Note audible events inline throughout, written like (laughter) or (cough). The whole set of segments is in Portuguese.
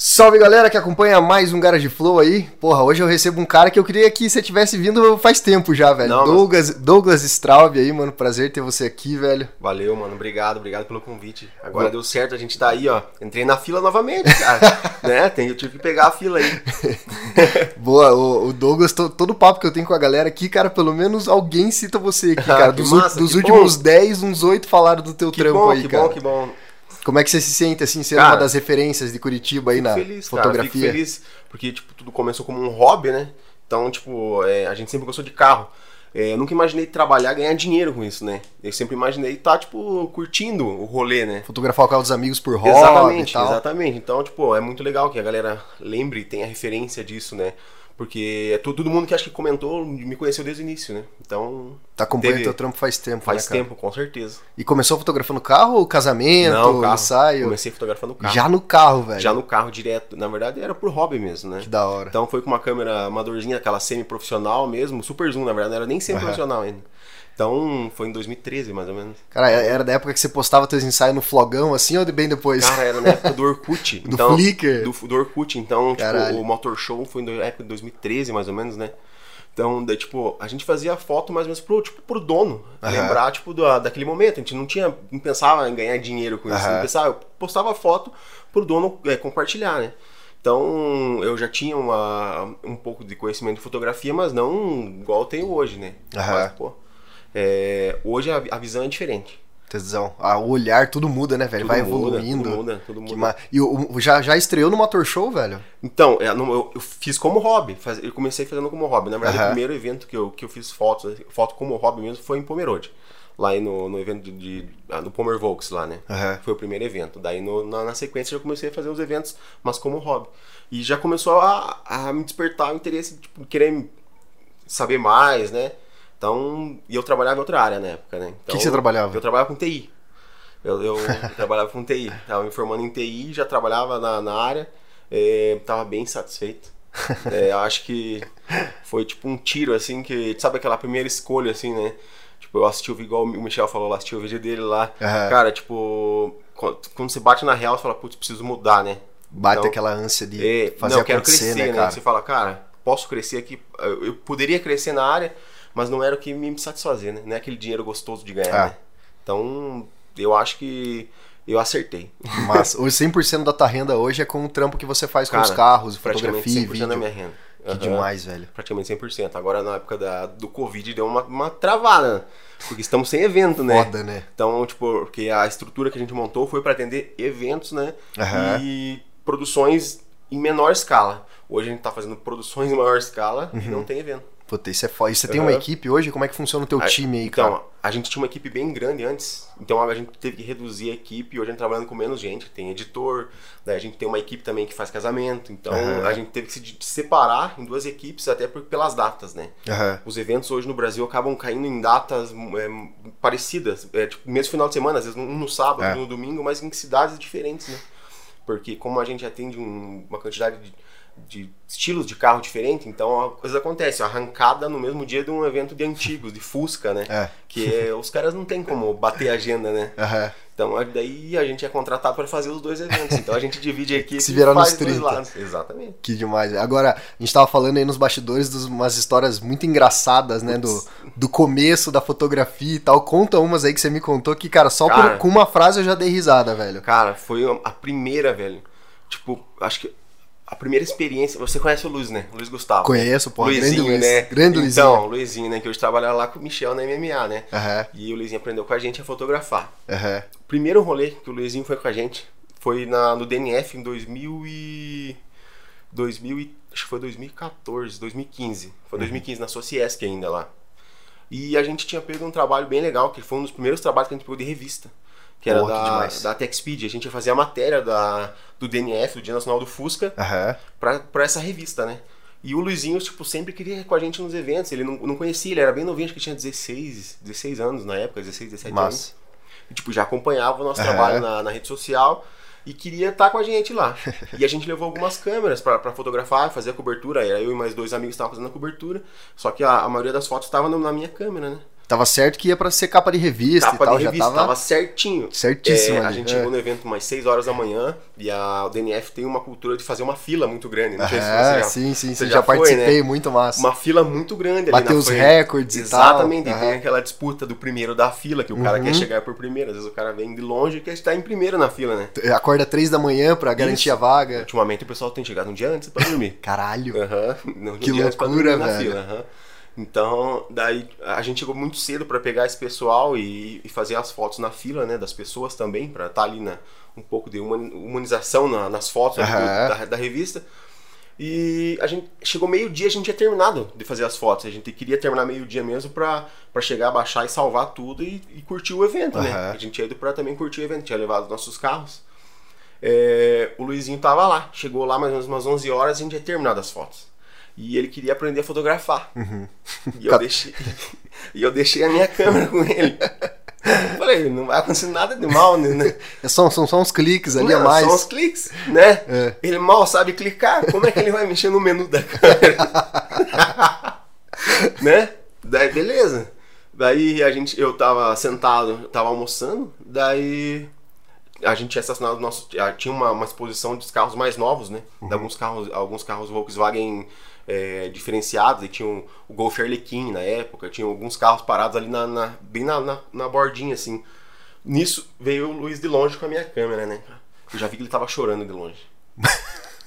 Salve galera que acompanha mais um Garage Flow aí. Porra, hoje eu recebo um cara que eu queria que você tivesse vindo faz tempo já, velho. Não, mas- Douglas, Douglas Straub aí, mano. Prazer ter você aqui, velho. Valeu, mano. Obrigado, obrigado pelo convite. Agora deu certo, a gente tá aí, ó. Entrei na fila (laughs) novamente, cara. né? Tem, eu tive que pegar a fila aí. Boa, o, o Douglas, to- todo papo que eu tenho com a galera aqui, cara, pelo menos alguém cita você (laughs) aqui, cara. Ah, Que Dos, ú- massa, dos que últimos 10, uns 8 falaram do teu Que trampo bom, aí, que cara. bom, que bom. Como é que você se sente, assim, sendo Cara, uma das referências de Curitiba aí Fico na feliz, cara. fotografia? Fico feliz, porque, tipo, tudo começou como um hobby, né? Então, tipo, é, a gente sempre gostou de carro. É, eu nunca imaginei trabalhar, ganhar dinheiro com isso, né? Eu sempre imaginei estar, tipo, curtindo o rolê, né? Fotografar o carro dos amigos por hobby Exatamente, e tal. exatamente. Então, tipo, é muito legal que a galera lembre e tenha referência disso, né? Porque é to- todo mundo que acho que comentou me conheceu desde o início, né? Então, Tá acompanhando o Teve- teu trampo faz tempo, faz né, cara? tempo, com certeza. E começou fotografando carro ou casamento, carro. ensaio? Comecei fotografando o carro. Já no carro, velho. Já no carro direto. Na verdade, era por hobby mesmo, né? Que da hora. Então foi com uma câmera amadorzinha, aquela semi-profissional mesmo, super zoom, na verdade, não era nem semi-profissional ainda. Então, foi em 2013, mais ou menos. Cara, é, era da época que você postava teus ensaios no flogão, assim, ou de bem depois? Cara, é- era na época do (laughs) Orkut. então, Do Flickr? Do, do Orkut. Então, Caralho. tipo, o Motor Show foi na época de 2013, mais ou menos, né? Então, daí, tipo, a gente fazia foto mais ou menos pro, tipo, pro dono. Aham. Lembrar, tipo, da, daquele momento. A gente não tinha, não pensava em ganhar dinheiro com isso. Aham. Não pensava, eu postava foto pro dono é, compartilhar, né? Então, eu já tinha uma, um pouco de conhecimento de fotografia, mas não igual eu tenho hoje, né? Aham. Mas, pô, é, hoje a, a visão é diferente. Tesão. Ah, o olhar, tudo muda, né, velho? Tudo Vai muda, evoluindo. Tudo muda, tudo muda. Que ma- E o, o- já, já estreou no Motor Show, velho? Então, é, não, eu, eu fiz como hobby. faz- eu comecei fazendo como hobby. Na verdade, Aham. o primeiro evento que eu, que eu fiz foto, foto como hobby mesmo foi em Pomerode. Lá aí no, no evento de, de, ah, no Pomer Volks lá, né? Aham. Foi o primeiro evento. Daí no- na, na sequência eu comecei a fazer os eventos, mas como hobby. E já começou a, a me despertar o interesse, tipo, querer saber mais, né? Então, e eu trabalhava em outra área na época, né? que você trabalhava? Eu trabalhava com TI. Eu, (laughs) eu trabalhava com TI, tava me formando em TI, já trabalhava na, na área, é, tava (laughs) bem satisfeito. É, eu acho que foi tipo um tiro, assim, que sabe aquela primeira escolha, assim, né? Tipo, eu assisti o vídeo, igual o Michel falou lá, assisti o vídeo dele lá. Aham. Cara, tipo, quando quando você bate na real, você fala, putz, preciso mudar, né? Bate Então, aquela ânsia de é, fazer não, eu quero acontecer, crescer, né, né? cara? Você fala, cara, posso crescer aqui, eu eu poderia crescer na área, mas não era o que me satisfazia, né? Não é aquele dinheiro gostoso de ganhar, Ah. né? Então, eu acho que eu acertei. Mas o 100% da tua renda hoje é com o trampo que você faz com os Cara, carros, fotografia (laughs) Praticamente e 100% da vídeo. minha renda. Que Aham. demais, velho. Praticamente 100%. Agora, na época da, do Covid, deu uma, uma travada, né? porque estamos sem evento, né? Foda, né? Então, tipo, porque a estrutura que a gente montou foi para atender eventos, né? Aham. E produções em menor escala. Hoje a gente tá fazendo produções em maior escala Uhum. e não tem evento. Puta, isso é foda. E você tem uma Aham. equipe hoje? Como é que funciona o teu time aí, então, cara? a gente tinha uma equipe bem grande antes, então a gente teve que reduzir a equipe. Hoje a gente tá trabalhando com menos gente, tem editor, daí a gente tem uma equipe também que faz casamento. Então Aham. a gente teve que se di- separar em duas equipes, até por, pelas datas, né? Aham. Os eventos hoje no Brasil acabam caindo em datas é, parecidas, é, tipo, mesmo final de semana, às vezes um no sábado, É. no domingo, mas em cidades diferentes, né? Porque como a gente atende um- uma quantidade de, de estilos de carro diferente, então a coisa acontece, a arrancada no mesmo dia de um evento de antigos, de Fusca, né? É. Que é, os caras não tem como bater a agenda, né? Aham. Então a- daí a gente é contratado para fazer os dois eventos, então a gente divide aqui Se virar e faz nos dois 30. lados. Exatamente. Que demais. Agora, a gente tava falando aí nos bastidores de umas histórias muito engraçadas, né? Do, do começo da fotografia e tal. Conta umas aí que você me contou que, cara, só por- Cara. com uma frase eu já dei risada, velho. Cara, foi a primeira, velho. Tipo, acho que a primeira experiência. Você conhece o Luiz, né? Luiz Gustavo. Conheço, pô. grande Luizinho, Luiz. né? Grande Luizinho. Então, Luizinho, né? Que hoje trabalha lá com o Michel na MMA, né? Aham, E o Luizinho aprendeu com a gente a fotografar. aham. O primeiro rolê que o Luizinho foi com a gente foi na, no DNF em 2000 e... 2000 e... Acho que foi 2014, 2015. Foi 2015, na Sociesc ainda lá. E a gente tinha pego um trabalho bem legal, que foi um dos primeiros trabalhos que a gente pegou de revista. Que era Porra, que da, demais. da TechSpeed. A gente ia fazer a matéria da, do DNF, do Dia Nacional do Fusca, Aham. pra, pra essa revista, né? E o Luizinho, tipo, sempre queria ir com a gente nos eventos. Ele não, não conhecia, ele era bem novinho, acho que tinha 16, 16 anos na época, 16, 17 anos. Mas. E, tipo, já acompanhava o nosso Aham. trabalho na, na rede social e queria estar com a (laughs) gente lá. E a gente levou algumas câmeras pra pra fotografar, fazer a cobertura. Era eu e mais dois amigos que estavam fazendo a cobertura. Só que a, a maioria das fotos estava na minha câmera, né? Tava certo que ia pra ser capa de revista Capa e tal, de revista, então já tava, tava certinho. certíssimo É, a ali. gente É. chegou no evento umas 6 horas da manhã e a o DNF tem uma cultura de fazer uma fila muito grande. Não sei se você É, já- sim, sim, você sim. já Já, foi, né? participei, muito massa. Uma fila muito grande ali Bater na os frente. recordes e tal. Exatamente, e Aham. tem aquela disputa do primeiro da fila, que o cara Uhum. quer chegar por primeiro. Às vezes o cara vem de longe e quer estar em primeiro na fila, né? Acorda três da manhã pra garantir a vaga. Ultimamente o pessoal tem chegado um dia antes (laughs) pra dormir. Caralho. Aham. Não, um Que dia antes pra loucura, dormir na velho. fila, aham. Então, daí a gente chegou muito cedo pra pegar esse pessoal e, e fazer as fotos na fila, né? Das pessoas também, pra estar ali na, um pouco de humani- humanização na- nas fotos né, ali do- Aham. da, da revista. E a gente chegou meio-dia, a gente tinha terminado de fazer as fotos. A gente queria terminar meio-dia mesmo pra, pra chegar, baixar e salvar tudo e, e curtir o evento, né? Aham. A gente tinha ido pra também curtir o evento, tinha levado nossos carros. É, o Luizinho tava lá, chegou lá mais ou menos umas 11 horas e a gente tinha terminado as fotos. E ele queria aprender a fotografar. E, eu Cara- deixei, (laughs) e eu deixei a minha câmera com ele. Falei, não vai acontecer nada de mal, né? É só- são só uns cliques ali a Não, mais. Só os cliques, né? É. Ele mal sabe clicar, como é que ele vai mexer no menu (laughs) da câmera? né? Daí, beleza. Daí a gente, eu tava sentado, tava almoçando, daí a gente tinha estacionado o nosso. ah, Tinha uma, uma exposição dos carros mais novos, né? Uhum. De alguns carros, alguns carros Volkswagen é, diferenciados, e tinha o, o Golf Arlequim na época, tinha alguns carros parados ali na, na- bem na, na, na bordinha, assim. Nisso veio o Luiz de longe com a minha câmera, né? Eu já vi que ele tava chorando (laughs) de longe.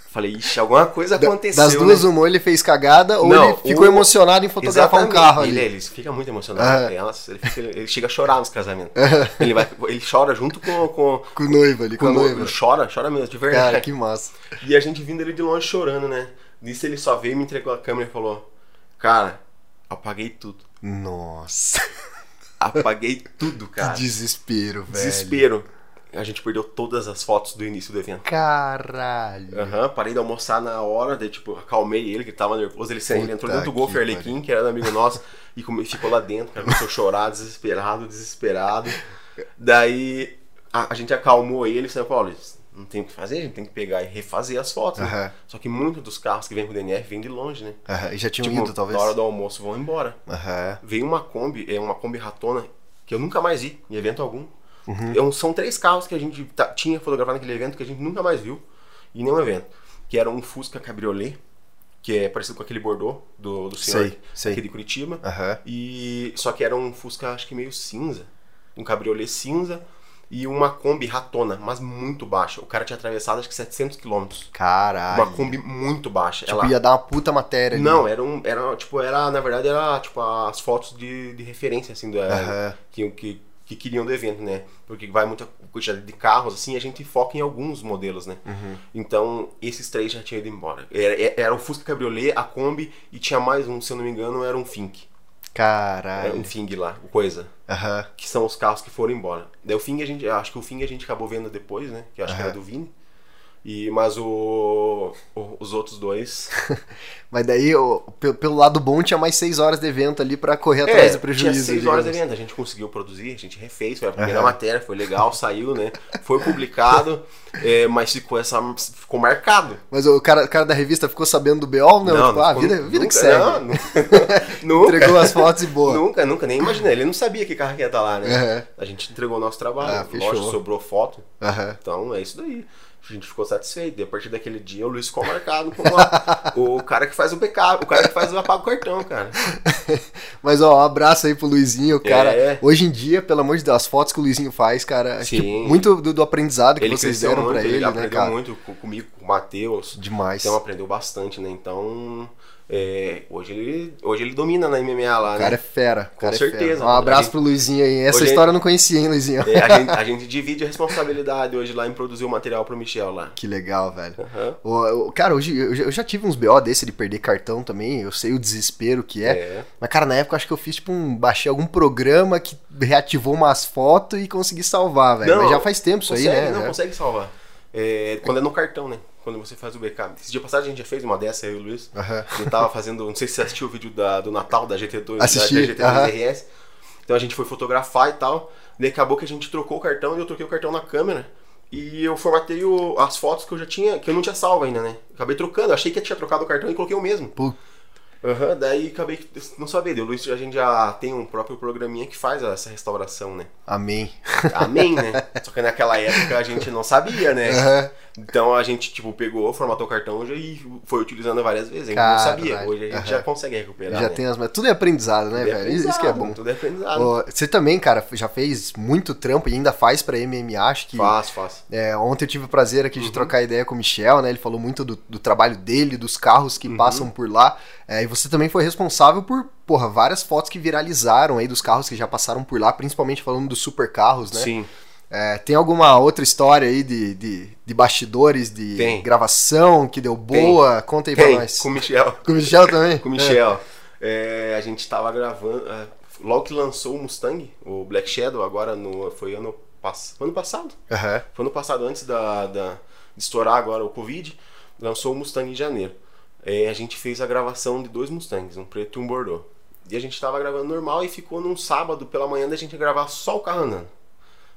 Falei, ixi, alguma coisa Da- aconteceu. das duas, né? uma, ou ele fez cagada ou Não, ele ficou o- emocionado em fotografar um Exatamente. carro Ele, é ali. É. ele fica muito emocionado. Aham. Ele, nossa, ele, fica- ele chega a chorar (laughs) nos casamentos. ele, vai, ele chora junto com, com, Com o noivo ali, com, a Quando noiva. chora, chora mesmo, de verdade. (laughs) Cara, que massa. E a gente vindo ele de longe chorando, né? Nisso ele só veio, me entregou a câmera e falou: Cara, apaguei tudo. Nossa. (laughs) Apaguei tudo, cara. Que desespero, velho. Desespero. A gente perdeu todas as fotos do início do evento. Caralho. Aham, parei de almoçar na hora, daí tipo, acalmei ele, que tava nervoso. Ele, saiu, ele entrou Puta dentro do Golf que Arlequim, que era do amigo nosso, e come- ficou lá dentro, cara, começou a chorar, desesperado, desesperado. Daí a, a gente acalmou ele e falou, Paulo, não tem o que fazer, a gente tem que pegar e refazer as fotos. né?" Aham. Só que muitos dos carros que vêm com o DNF vêm de longe, né? Aham, e já tinham Tipo, ido, talvez. na hora do almoço vão embora. Aham. Veio uma Kombi, é uma Kombi ratona, que eu nunca mais vi em evento algum. É um- são três carros que a gente ta- tinha fotografado naquele evento que a gente nunca mais viu em nenhum evento. Que era um Fusca Cabriolet, que é parecido com aquele Bordeaux do, do senhor Sei, sei. aqui de Curitiba. Aham. E só que era um Fusca, acho que meio cinza. Um cabriolet cinza e uma Kombi ratona, mas muito baixa. O cara tinha atravessado acho que 700 km. Caralho. Uma Kombi muito baixa. Tipo, ia dar uma puta matéria ali. Não, era um. Era, tipo, era, na verdade, era tipo as fotos de, de referência, assim, da, Aham. que, que, que queriam do evento, né? Porque vai muita quantidade de carros, assim, e a gente foca em alguns modelos, né? Uhum. Então, esses três já tinham ido embora. Era, era o Fusca Cabriolet, a Kombi e tinha mais um, se eu não me engano, era um Fink. Era um Caralho. Fing lá, o coisa. Aham. Que são os carros que foram embora. Daí o Fing a gente. Acho que o Fing a gente acabou vendo depois, né? Que eu acho que era Aham. do Vini. E, mas o, o- os outros dois. Mas daí, ô, pe- pelo lado bom, tinha mais seis horas de evento ali pra correr É, atrás do prejuízo. Tinha seis horas de digamos. evento, a gente conseguiu produzir, a gente refez, foi a primeira Aham. matéria, foi legal, saiu, né? Foi publicado, (laughs) é, mas ficou essa. ficou marcado. Mas o cara, o cara da revista ficou sabendo do BO? Não, tipo, ah, ficou- vida, vida nunca- que segue. Não, (laughs) nu- nunca, Entregou as fotos e boa. nunca, nunca, nem imaginei. Ele não sabia que carro que ia estar lá, né? Aham. A gente entregou o nosso trabalho, Ah, fechou. lógico, sobrou foto. Aham. (laughs) Então é isso daí. A gente ficou satisfeito. E a partir daquele dia o Luiz ficou marcado como (laughs) a- o cara que faz o backup, o cara que faz o apago cartão, cara. Mas ó, um abraço aí pro Luizinho, cara. É. Hoje em dia, pelo amor de Deus, as fotos que o Luizinho faz, cara, acho que Sim. muito do, do aprendizado É que Ele vocês cresceu deram muito, pra ele, ele, né, aprendeu cara? muito co- comigo, com o Matheus. Demais. Então aprendeu bastante, né? Então, é, hoje, ele, hoje ele domina na MMA lá, O cara é né? fera. o Com cara é certeza, fera. Um mano. A abraço gente- pro Luizinho aí. Essa Hoje a história eu não conhecia, hein, Luizinho? É, a, gente, a gente divide a responsabilidade hoje lá em produzir o material pro Michel lá. Que legal, velho. Aham. Ô, ô, Cara, hoje eu já- eu já tive uns BO desse de perder cartão também. Eu sei o desespero que é. É. Mas, cara, na época eu acho que eu fiz, tipo, um. Baixei algum programa que reativou umas fotos e consegui salvar, velho. Não, Mas já faz tempo isso aí, Consegue, né? não, Já- consegue salvar. É, quando é no cartão, né? Quando você faz o backup. Esse dia passado a gente já fez uma dessa, eu e o Luiz. Aham. Eu tava fazendo, não sei se você assistiu o vídeo da- do Natal da GT2, Assisti, da, da aham. GT2 RS. Então a gente foi fotografar e tal. Daí acabou que a gente trocou o cartão e eu troquei o cartão na câmera. E eu formatei o- as fotos que eu já tinha, que eu não tinha salvo ainda, né? Acabei trocando, achei que eu tinha trocado o cartão e coloquei o mesmo. Pô, Aham, daí acabei que não sabia, daí o Luiz a gente já tem um próprio programinha que faz essa restauração, né? Amém. Amém, né? Só que naquela época a gente não sabia, né? Aham. Então a gente, tipo, pegou, formatou o cartão já e foi utilizando várias vezes. A gente Cara, não sabia. vai. Hoje a gente Aham. já consegue recuperar. Já né? tem as. mas Tudo é aprendizado, né, Tudo é velho? Isso- Isso que é aprendizado, bom. Tudo é aprendizado. Ô, Você também, cara, já fez muito trampo e ainda faz pra MMA, acho que. Faz, faz. É, ontem eu tive o prazer aqui de Uhum. trocar ideia com o Michel, né? Ele falou muito do, do trabalho dele, dos carros Uhum. que passam por lá. É, e você também foi responsável por, porra, várias fotos que viralizaram aí dos carros que já passaram por lá, principalmente falando dos supercarros, né? Sim. É, tem alguma outra história aí de, de, de bastidores, de Tem. gravação que deu boa? Conta aí Tem, pra nós. com (laughs) o Michel. Com o Michel também? Com o Michel. É, a gente tava gravando. é, logo que lançou o Mustang, o Black Shadow, agora no. Foi ano, pass- ano passado. É. Aham. Foi ano passado, antes da, da- de estourar agora o Covid, lançou o Mustang em janeiro. É, a gente fez a gravação de dois Mustangs, um preto e um bordeaux. E a gente tava gravando normal e ficou num sábado pela manhã da gente gravar só o carro andando.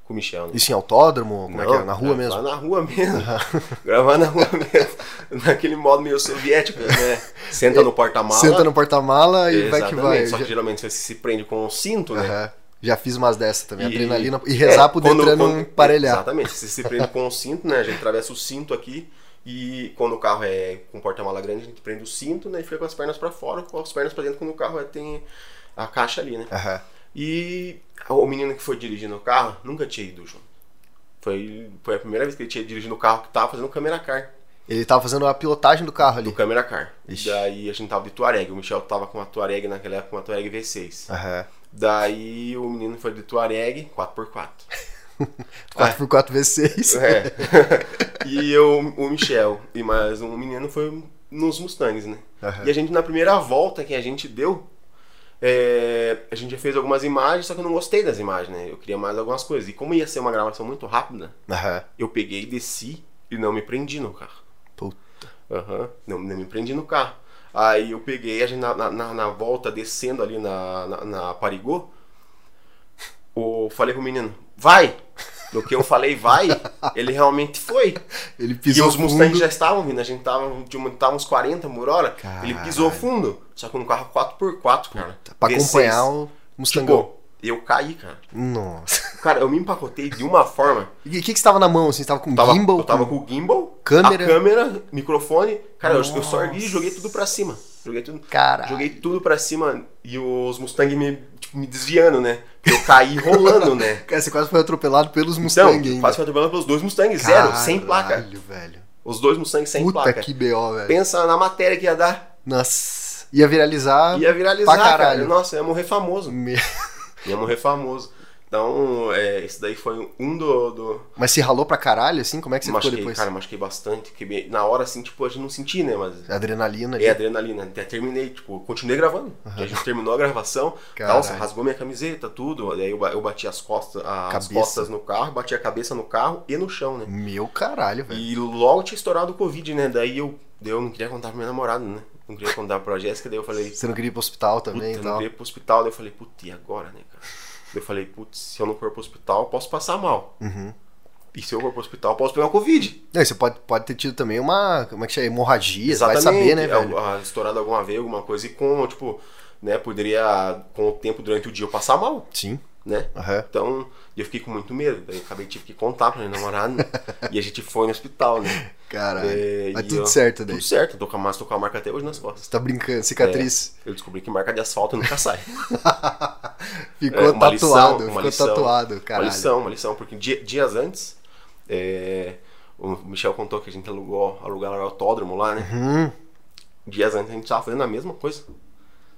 Com o Michel, né? Isso em autódromo? Como é que é? Não, tá Na rua mesmo? Gravar na rua mesmo. (laughs) gravar na rua mesmo. Naquele modo meio soviético, né? Senta no porta-mala. É, Senta no porta-mala e vai que Exatamente, vai. Só que Já, geralmente você se prende com o cinto, né? Aham. Já fiz umas dessas também. E- Adrenalina e rezar pro É, quando- Detran quando- não emparelhar. Exatamente. Você se prende com o cinto, né? A gente atravessa o cinto aqui e quando o carro é com porta-mala grande, a gente prende o cinto, né? E fica com as pernas pra fora, com as pernas pra dentro quando o carro é- tem a caixa ali, né? Aham. E o menino que foi dirigindo o carro nunca tinha ido junto. Foi, foi a primeira vez que ele tinha dirigido o carro que tava fazendo câmera car. Ele tava fazendo a pilotagem do carro Do ali. câmera car. Ixi. Daí a gente tava de Tuareg. O Michel tava com uma Tuareg naquela época, uma Tuareg V6. Aham. Daí o menino foi de Tuareg 4x4. 4x4 V6. É. (laughs) e eu, o Michel e mais um menino foi nos Mustangs, né? Aham. E a gente, na primeira volta que a gente deu, é, a gente já fez algumas imagens, só que eu não gostei das imagens, né? Eu queria mais algumas coisas. E como ia ser uma gravação muito rápida, Aham. eu peguei, desci e não me prendi no carro. Puta. Aham. Não, não me prendi no carro. Aí eu peguei, a gente na, na- na- na volta, descendo ali na, na, na Parigô, eu falei pro menino, vai! Do que eu falei, vai, ele realmente foi. Ele E pisou um os Mustangs fundo. já estavam vindo, a gente tava, de uma- tava uns 40 por hora, Caralho. ele pisou fundo, só que um carro 4x4, cara. Pra V6. acompanhar o Mustangão. Tipo, eu caí, cara. Nossa. Cara, eu me empacotei de uma forma. E o que, que você tava na mão? Assim? Você tava com Eu tava, gimbal? eu tava com- com o gimbal, câmera. a câmera, microfone. Cara, eu, eu só Nossa. ergui e joguei tudo pra cima. Joguei tudo. Caralho. Joguei tudo pra cima e os Mustang me, tipo, me desviando, né? Eu caí rolando, (laughs) né? Cara, você quase foi atropelado pelos Então, Mustang ainda. quase foi atropelado pelos dois Mustang, zero, sem placa. né? Caralho, velho. Os dois Mustang sem Puta placa. que B.O., velho. Pensa na matéria que ia dar. Nossa. Ia viralizar. Ia viralizar, pra cara. caralho. Nossa, ia morrer famoso. Me- Ia morrer famoso. Então, é, esse daí foi um do, do, Mas se ralou pra caralho, assim? Como é que você ficou machuquei, depois? cara, machuquei bastante. Quebrei. Na hora, assim, tipo, a gente não senti, né? Mas Adrenalina ali. é adrenalina. Até terminei, tipo, continuei gravando. Porque A gente terminou a gravação, Caralho. calça, rasgou minha camiseta, tudo. Daí eu, ba- eu bati as costas, as Cabeça. Hum, costas no carro, bati a cabeça no carro e no chão, né? Meu caralho, velho. E logo tinha estourado o Covid, né? Daí eu, daí eu não queria contar pra minha namorada, né? Não queria contar pra Jéssica, daí eu falei, Você não queria ir pro hospital Puta, também eu e não tal. queria ir pro hospital. Daí eu falei, putz, e agora, né, cara? Daí eu falei, putz, se eu não for pro hospital, eu posso passar mal. Uhum. E se eu for pro hospital, eu posso pegar o Covid. Não, e você pode, pode ter tido também uma. Como é que chama? Hemorragia. Você vai saber, né, al- velho? ah, Estourado alguma vez, alguma coisa, e com, tipo, né, poderia, com o tempo durante o dia, eu passar mal, Sim. né? Aham. Então, e eu fiquei com muito medo. Daí eu acabei, tive que contar pra minha namorada. (laughs) né? e a gente foi no hospital, né? Caralho. É, Mas e tudo eu- certo daí. Tudo certo, tô com a, mas tô com a marca até hoje nas costas. Você tá brincando, cicatriz. Eu descobri que marca de asfalto nunca sai. (laughs) Ficou É, uma lição, tatuado, uma ficou lição. tatuado, caralho. Uma lição, uma lição, porque dia- dias antes, é, o Michel contou que a gente alugou, alugaram o autódromo lá, né? Hum, Dias antes a gente tava fazendo a mesma coisa.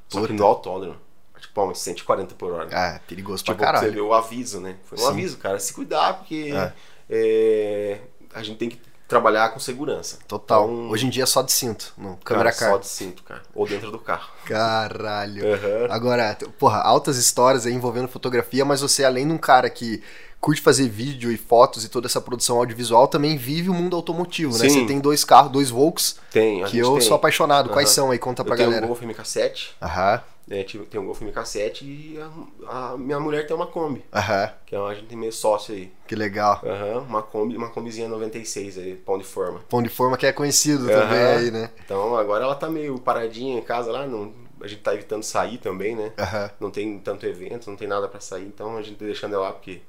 Só Puta. que no autódromo. Tipo, uns 140 por hora. ah, é perigoso tipo, pra pra você caralho. vê o aviso, né? Foi um Sim. aviso, cara. Se cuidar, porque É. é, a gente tem que trabalhar com segurança. Total. Então, Hoje em dia é só de cinto, não. Câmera cara, Só car. de cinto, cara. Ou dentro do carro. Caralho. Aham. Agora, t- porra, altas histórias aí envolvendo fotografia, mas você, além de um cara que curte fazer vídeo e fotos e toda essa produção audiovisual, também vive o mundo automotivo, né? Sim. Você tem dois carros, dois Volks, Tem, a Ah, que gente eu tem. sou apaixonado. Quais Aham. são aí? Conta Eu pra tenho galera. um Golf MK7, Aham, né, tive- tenho um Golf MK7 e a, a minha mulher tem uma Kombi, aham, que é uma, a gente tem meio sócio aí. que legal. Aham, uma Kombi, uma Kombizinha 96 aí, pão de forma. Pão de forma que é conhecido Aham. também aí, né? Então agora ela tá meio paradinha em casa lá, não, a gente tá evitando sair também, né? Aham. Não tem tanto evento, não tem nada pra sair, então a gente tá deixando ela lá porque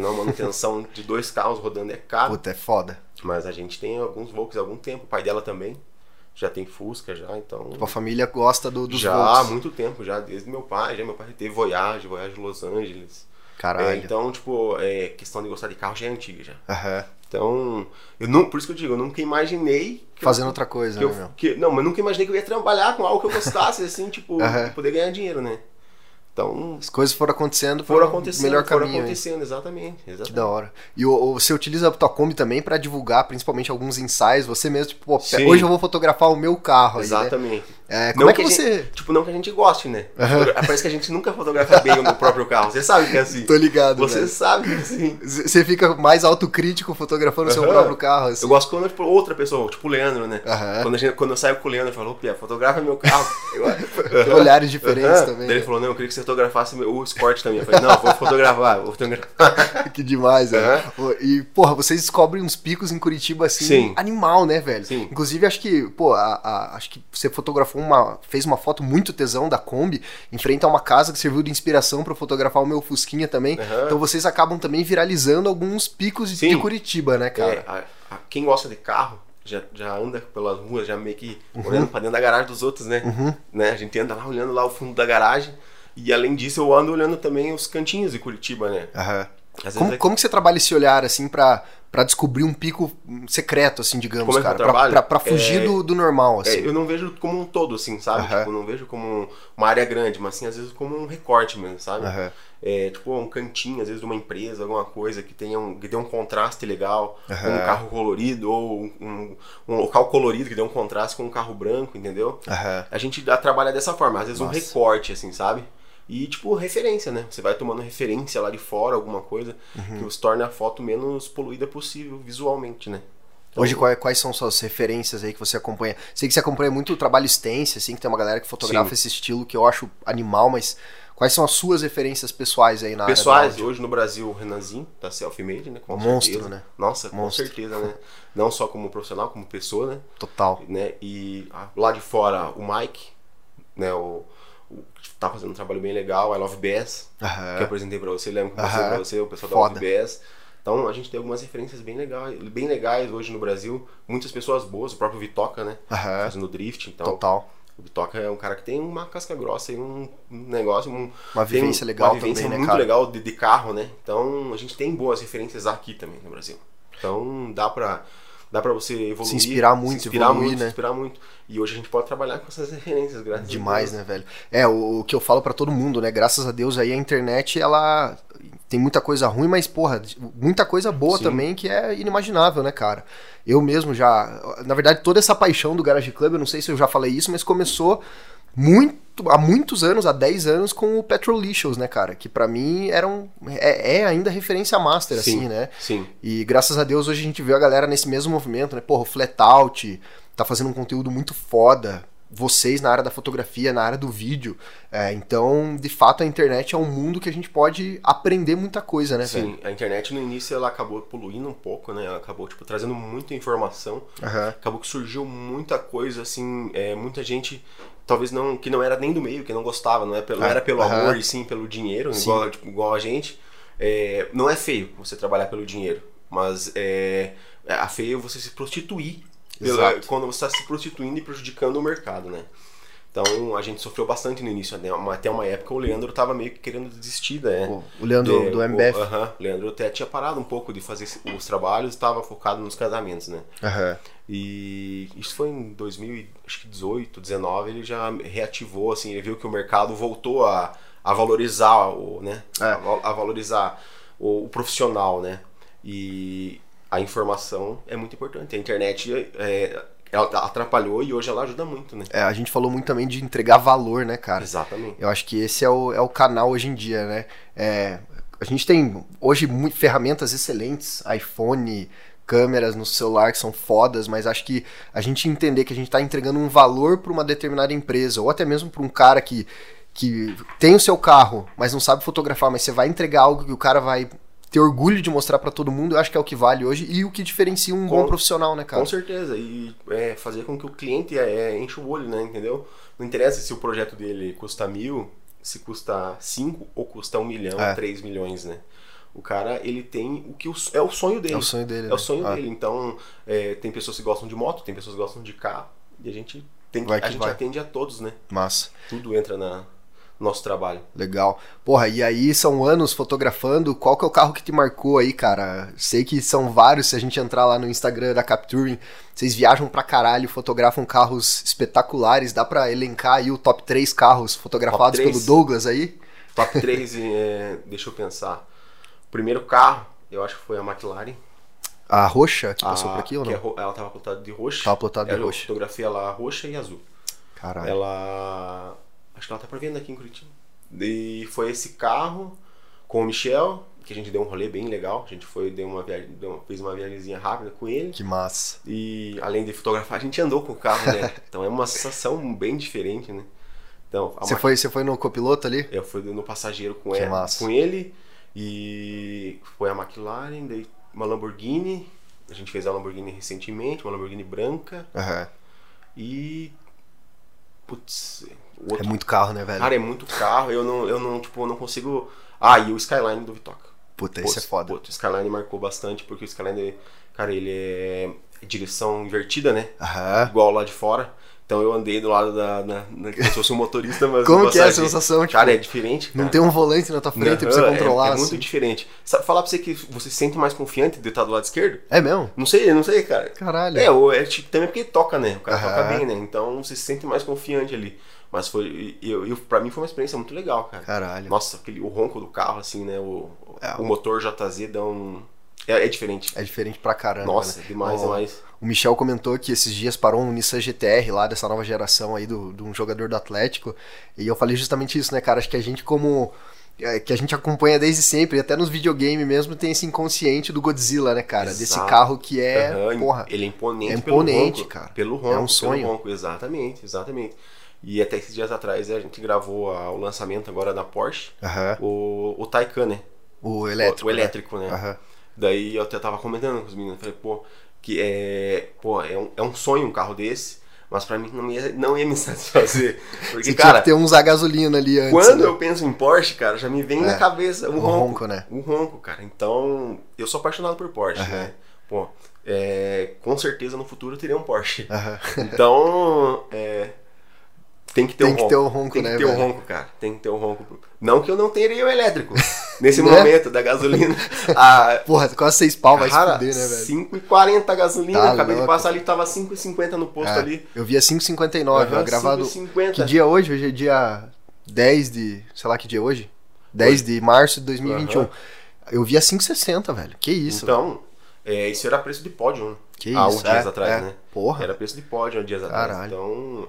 não, a (laughs) manutenção de dois carros rodando é caro. Puta, é foda. Mas a gente tem alguns Volks há algum tempo, o pai dela também já tem Fusca já, então Tipo, a família gosta do, dos já há Volks. muito tempo já, desde meu pai, já meu pai teve Voyage, Voyage Los Angeles. É, Caralho. então, tipo, é, questão de gostar de carro já é antiga já. Aham. Então, eu não, por isso que eu digo, eu nunca imaginei que eu Fazendo outra coisa, que né, eu- meu? que- não, mas nunca imaginei que eu ia trabalhar com algo que eu (laughs) gostasse, assim, tipo, Aham. e poder ganhar dinheiro, né? Então, As coisas foram acontecendo, foram foram acontecendo, melhor foram caminho. aí. acontecendo, exatamente, Que exatamente. da hora. E o- o- você utiliza a tua Kombi também pra divulgar, principalmente alguns ensaios, você mesmo, tipo, pô, Sim. hoje eu vou fotografar o meu carro. aí, né? Exatamente. É, como Não é que, que a você. Tipo, não que a gente goste, né? Fotogra- Parece que a gente nunca fotografa bem o meu próprio carro. Você sabe que é assim. (laughs) Tô ligado, Você velho. sabe que é assim. C- Você fica mais autocrítico fotografando o seu Aham. próprio carro, assim. Eu gosto quando tipo, outra pessoa, tipo o Leandro, né? Aham. Quando, a gente- quando eu saio com o Leandro, eu falo, ô Pia, fotografa (laughs) meu carro. Eu- Tem Olhares diferentes Aham. também. Daí ele né? falou, não, eu queria que você fotografasse meu- o Escort também. Eu falei, não, vou fotografar, vou fotografar. Que demais, né? E, porra, vocês descobrem uns picos em Curitiba assim, Sim. animal, né, velho? Sim. Inclusive, acho que, pô, a- a- acho que você fotografou uma. fez uma foto muito tesão da Kombi, em frente a uma casa que serviu de inspiração pra eu fotografar o meu Fusquinha também. Aham. Então vocês acabam também viralizando alguns picos de- Sim. de Curitiba, né, cara? É, a- a- quem gosta de carro já, já anda pelas ruas, já meio que olhando pra dentro da garagem dos outros, né? Uhum. né? A gente anda lá olhando lá o fundo da garagem. E além disso, eu ando olhando também os cantinhos de Curitiba, né? Aham. Às vezes Como, é- como que você trabalha esse olhar, assim, pra, pra descobrir um pico secreto, assim, digamos, Como é que eu cara? Pra, trabalho? pra, pra fugir É, do, do normal, é, assim. eu não vejo como um todo, assim, sabe? Aham. Tipo, eu não vejo como uma área grande, mas assim, às vezes como um recorte mesmo, sabe? Aham. É, tipo, um cantinho, às vezes, de uma empresa, alguma coisa que tenha um, que dê um contraste legal com um Aham. carro colorido, ou um, um- um local colorido que dê um contraste com um carro branco, entendeu? Aham. A gente dá, trabalha dessa forma, às vezes um Nossa. recorte, assim, sabe? E, tipo, referência, né? Você vai tomando referência lá de fora, alguma coisa, Uhum. que os torna a foto menos poluída possível visualmente, né? Então, Hoje, qual- quais são suas referências aí que você acompanha? Sei que você acompanha muito o trabalho Stance, assim, que tem uma galera que fotografa Sim. esse estilo que eu acho animal, mas quais são as suas referências pessoais aí na área? Pessoais, do áudio? hoje no Brasil, o Renanzinho, da Selfie Made, né? Com Monstro, certeza. né? Nossa, Monstro. com certeza, né? Não só como profissional, como pessoa, né? Total. né? E ah, lá de fora, o Mike, né? O, o que tá fazendo um trabalho bem legal, I Love BS, Aham. que eu apresentei pra você, lembro que eu É. Aham. apresentei pra você, o pessoal Foda. da UFBS. Então a gente tem algumas referências bem legais, bem legais hoje no Brasil. Muitas pessoas boas, o próprio Vitoca, né? Aham. Fazendo drift, então. Total. O Vitoca é um cara que tem uma casca grossa e um um negócio, um, Uma tem vivência legal uma vivência também, né, muito cara? legal de, de carro, né? Então a gente tem boas referências aqui também no Brasil. Então dá pra, dá pra você evoluir. Se inspirar muito, se inspirar evoluir, muito, né? se inspirar muito. E hoje a gente pode trabalhar com essas referências, graças Demais, a Deus. né, velho? É, o, o que eu falo pra todo mundo, né? Graças a Deus aí a internet, ela tem muita coisa ruim, mas, porra, muita coisa boa Sim. também que é inimaginável, né, cara? Eu mesmo já. Na verdade, toda essa paixão do Garage Club, eu não sei se eu já falei isso, mas começou muito. Há muitos anos, há 10 anos, com o Petrolicious, né, cara? Que pra mim era um, é, é ainda referência master, Sim. assim, né? Sim. E graças a Deus hoje a gente vê a galera nesse mesmo movimento, né? Porra, o Flatout tá fazendo um conteúdo muito foda. Vocês na área da fotografia, na área do vídeo. É, então, de fato, a internet é um mundo que a gente pode aprender muita coisa, né, velho? Sim, a internet no início ela acabou poluindo um pouco, né? Ela acabou tipo trazendo muita informação, Aham. acabou que surgiu muita coisa assim, é, muita gente talvez não que não era nem do meio, que não gostava, não, é pelo, não Ah, era pelo aham. amor e sim pelo dinheiro, Sim. Igual, tipo, igual a gente. É, não é feio você trabalhar pelo dinheiro, mas é, é feio você se prostituir pela- Exato. quando você está se prostituindo e prejudicando o mercado, né? Então a gente sofreu bastante no início, né? Uma- até uma época o Leandro estava meio que querendo desistir, né? Pô, O Leandro É, do o- MBF. aham, Leandro até tinha parado um pouco de fazer esse- os trabalhos, estava focado nos casamentos, né? Aham. E isso foi em 2018, 19, ele já reativou, assim, ele viu que o mercado voltou a, a valorizar o, né? É. A, val- a valorizar o, o profissional, né? E a informação é muito importante. A internet é, ela atrapalhou e hoje ela ajuda muito, né? É, a gente falou muito também de entregar valor, né, cara? Exatamente. Eu acho que esse é o, é o canal hoje em dia, né? É, a gente tem hoje muito, ferramentas excelentes, iPhone, câmeras no celular que são fodas, mas acho que a gente entender que a gente está entregando um valor para uma determinada empresa, ou até mesmo para um cara que, que tem o seu carro, mas não sabe fotografar, mas você vai entregar algo que o cara vai ter orgulho de mostrar para todo mundo, eu acho que é o que vale hoje e o que diferencia um Com- bom profissional, né, cara? Com certeza. E é, fazer com que o cliente é, enche o olho, né? Entendeu? Não interessa se o projeto dele custa mil, se custa cinco ou custa um milhão, É. três milhões, né? O cara, ele tem o que o- é o sonho dele. É o sonho dele. É né? o sonho Ah, dele. Então, é, tem pessoas que gostam de moto, tem pessoas que gostam de carro. E a gente tem que, Vai que a gente vai. atende a todos, né? Massa. Tudo entra na no nosso trabalho. Legal. Porra, e aí são anos fotografando. Qual que é o carro que te marcou aí, cara? Sei que são vários, se a gente entrar lá no Instagram da Capturing, vocês viajam pra caralho, fotografam carros espetaculares. Dá pra elencar aí o top 3 carros fotografados Top três? pelo Douglas aí? (laughs) Top 3, deixa eu pensar. O primeiro carro, eu acho que foi a McLaren. A roxa que passou A- por aqui ou que não? é ro- ela tava plotada de roxo. Tava plotada de Ela- roxo. Eu fotografei ela roxa e azul. Caralho. Ela. Acho que ela tá pra venda aqui em Curitiba. E foi esse carro com o Michel, que a gente deu um rolê bem legal. A gente foi, deu uma viagem, deu uma- fez uma viagemzinha rápida com ele. Que massa. E além de fotografar, a gente andou com o carro, (laughs) né? Então é uma sensação bem diferente, né? Então, a Você foi, você foi no copiloto ali? eu fui no passageiro com, Que ele, massa. com ele e foi a McLaren, daí uma Lamborghini. A gente fez a Lamborghini recentemente, uma Lamborghini branca Aham. É e putz, o outro É muito carro, né, velho? cara é muito carro. Eu não, eu não, tipo, eu não consigo. Ah, e o Skyline do Vitoca. Puta, esse é foda. Putz, o Skyline marcou bastante porque o Skyline, cara, ele é direção invertida, né? Aham. Igual lá de fora. Então eu andei do lado da, na, na, como se fosse um motorista, mas Como um que é a passageiro. sensação? Tipo, Cara, é diferente. não cara. tem um volante na tua frente pra você Aham, é- controlar. É, assim. muito diferente. Sabe, falar pra você que você se sente mais confiante de estar do lado esquerdo? É mesmo? Não sei, não sei, cara. Caralho. É, ou é tipo, também porque toca, né? O cara Aham. toca bem, né? Então você se sente mais confiante ali. Mas foi. e- e Eu, eu, pra mim foi uma experiência muito legal, cara. Caralho. Nossa, aquele, o ronco do carro, assim, né? O, É, o motor JZ dá um. É, é diferente. É diferente pra caramba. Nossa, né? demais, Ó, demais. O Michel comentou que esses dias parou um Nissan GTR lá dessa nova geração aí do, de um jogador do Atlético. E eu falei justamente isso, né, cara? Acho que a gente como. é, Que a gente acompanha desde sempre, e até nos videogames mesmo, tem esse inconsciente do Godzilla, né, cara? Desse Exato. carro que é. Aham, porra. Ele é imponente, é pelo imponente, ronco, cara. Pelo É um ronco, pelo sonho. ronco, exatamente, exatamente. E até esses dias atrás a gente gravou a- o lançamento agora da Porsche, Aham. o, o Taycan, né? O É. elétrico. o, o elétrico, né? Né? Aham. Daí eu até tava comentando com os meninos, falei, pô, que é, pô, é um, é um sonho um carro desse, mas pra mim não ia, não ia me (laughs) satisfazer. Você Porque, tinha cara, que ter uns a gasolina ali antes. quando né? eu penso em Porsche, cara, já me vem É. na cabeça o, O ronco. ronco, né? O ronco, cara. Então, eu sou apaixonado por Porsche, Aham. né? Pô, é, com certeza no futuro eu teria um (laughs) Porsche. Aham. Então, é, tem que ter (laughs) Tem um que ronco. ter o ronco, tem né, que ter o velho? ronco, cara. Tem que ter o ronco. Não que eu não teria (laughs) o elétrico. Nesse Né? momento (laughs) da gasolina, Ah, a, Porra, quase seis pau vai se Cara, fuder, né, velho? 5,40 a gasolina, Tá acabei louco. de passar ali, tava 5,50 no posto É, ali. Eu via 5,59, ó, é Aham, gravado. 5,50. Que dia é hoje? Hoje é dia 10 de. Sei lá que dia é hoje? 10 de março de 2021. Aham. Eu via 5,60, velho. Que isso, Então, é, isso era preço de pódio, né? Que Há isso, uns dias é, atrás, é. né? Porra. Era preço de pódio há dias atrás. Caralho. Então,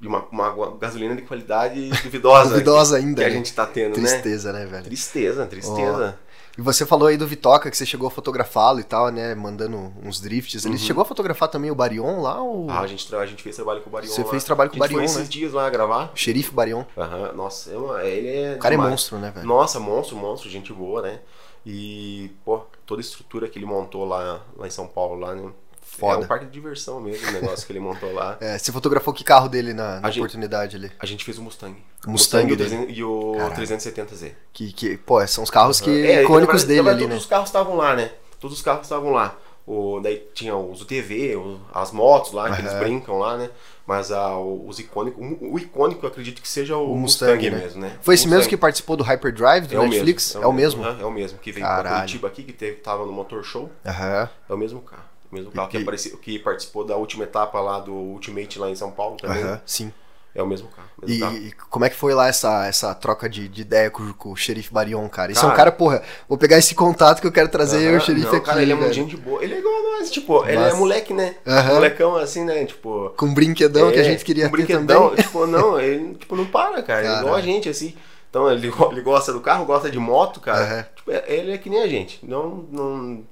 e uma, uma gua- gasolina de qualidade (laughs) duvidosa. Duvidosa que, ainda, Que a né? gente tá tendo, né? Tristeza, né, velho? Tristeza, tristeza. E você falou aí do Vitoca, que você chegou a fotografá-lo e tal, né? Mandando uns drifts. Ele chegou a fotografar também o Barion lá, o Uhum. Ah, a, gente, tra- a gente fez trabalho com o Barion Você lá. fez trabalho com o A gente Barion, foi né? esses dias lá gravar. xerife Barion. Aham, nossa, é uma- ele é... O cara é demais. monstro, né, velho? Nossa, monstro, monstro, gente boa, né? E, pô, toda a estrutura que ele montou lá, lá em São Paulo, lá, né? Foda. É um parque de diversão mesmo, o negócio que ele montou lá. (laughs) É, você fotografou que carro dele na, na A gente- oportunidade ali? A gente fez o Mustang. O Mustang e o dele. 300 e o Caralho. 370Z. Que, que, pô, são os carros que É, icônicos na verdade- dele na ali, verdade, né? Todos os carros estavam lá, né? Todos os carros estavam lá. O, daí tinha os UTV, o- as motos lá, que eles Aham. brincam lá, né? Mas ah, o- os icônicos. O, o icônico eu acredito que seja o, O Mustang, Mustang, né? mesmo, né? Foi esse O mesmo Mustang. que participou do Hyperdrive do é o Netflix? mesmo. É o mesmo? aham, É o mesmo, que veio Caralho. pra Curitiba aqui, que teve, tava no Motor Show. Aham. É o mesmo carro. O mesmo carro E- que, apareceu, que participou da última etapa lá do Ultimate lá em São Paulo também. Aham, sim. É o mesmo carro. mesmo E, carro. e como é que foi lá essa, essa troca de, de ideia com, com o xerife Barion, cara? Esse é um Cara- cara, porra, vou pegar esse contato que eu quero trazer eu e o Aham, xerife não, aqui. Cara, ele é um velho. gente boa. Ele é igual a nós, tipo, ele é Nossa. moleque, né? Aham. Molecão assim, né? Tipo. Com um brinquedão que a é, gente queria um ter brinquedão. também. Tipo, não, ele tipo, não para, cara. Ele é igual Cara. a gente, assim. Então ele, ele gosta do carro, gosta de moto, cara. Aham. Tipo, é- ele é que nem a gente. Não, não,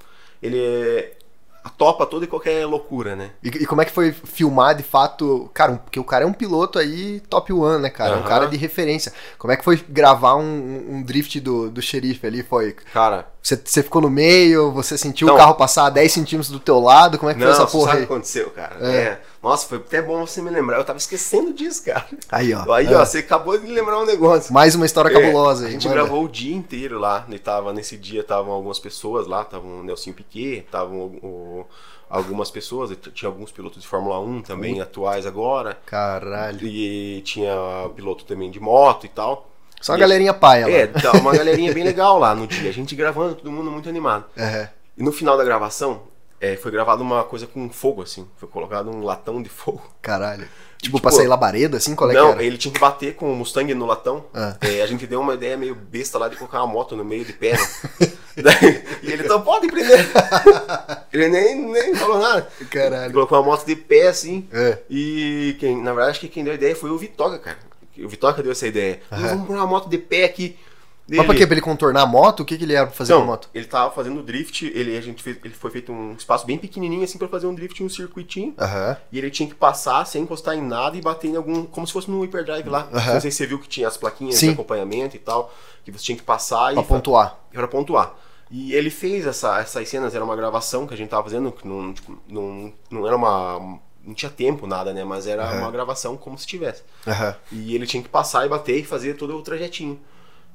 ele é, topa toda e qualquer loucura, né? E, e como é que foi filmar de fato? Cara, um- porque o cara é um piloto aí top one, né, cara? É Um Aham. cara de referência. Como é que foi gravar um- um, um drift do, do xerife ali? Foi. Cara, Você, você ficou no meio, você sentiu Não. o carro passar a 10 centímetros do teu lado? Como é que não, foi essa você porra sabe o que aí? aconteceu, cara. É. É. Nossa, foi até bom você me lembrar. Eu tava esquecendo disso, cara. Aí, ó. Aí, É. ó, você acabou de lembrar um negócio. Mais uma história É, cabulosa aí. A gente manda. gravou o dia inteiro lá. E tava, nesse dia estavam algumas pessoas lá, estavam o Nelson Piquet, estavam o- algumas pessoas, e t- tinha alguns pilotos de Fórmula 1 Uhum. também, atuais agora. Caralho. E tinha piloto também de moto e tal. Só uma E- galerinha paia É, lá. tava uma galerinha bem legal lá no dia. A gente gravando, todo mundo muito animado. É. E no final da gravação, é, foi gravada uma coisa com fogo, assim. Foi colocado um latão de fogo. Caralho. Tipo, Tipo, pra sair labareda, assim? Qual é não, que era? ele tinha que bater com o Mustang no latão. Ah. É, a gente deu uma ideia meio besta lá de colocar uma moto no meio (laughs) de perna. Daí- e ele então pode prender. ele nem, nem falou nada. Ele Caralho. colocou uma moto de pé assim. É. E quem, na verdade, acho que quem deu a ideia foi o Vitoca, cara. O Vitoca deu essa ideia. Aham. Vamos pôr uma moto de pé aqui. Mas pra Dele- quê? Pra ele contornar a moto? O que, que ele era pra fazer não, com a moto? ele tava fazendo drift, ele, a gente fez, ele foi feito um espaço bem pequenininho assim pra fazer um drift, um circuitinho. Aham. E ele tinha que passar sem encostar em nada e bater em algum. Como se fosse no hyperdrive lá. Aham. Não sei se você viu que tinha as plaquinhas Sim. de acompanhamento e tal. Que você tinha que passar Pra e. pontuar. Pra pontuar. E ele fez essa, essas cenas, era uma gravação que a gente tava fazendo, que não, tipo, não, não era uma. Não tinha tempo, nada, né? Mas era uma gravação como se tivesse. Aham. E ele tinha que passar e bater e fazer todo o trajetinho.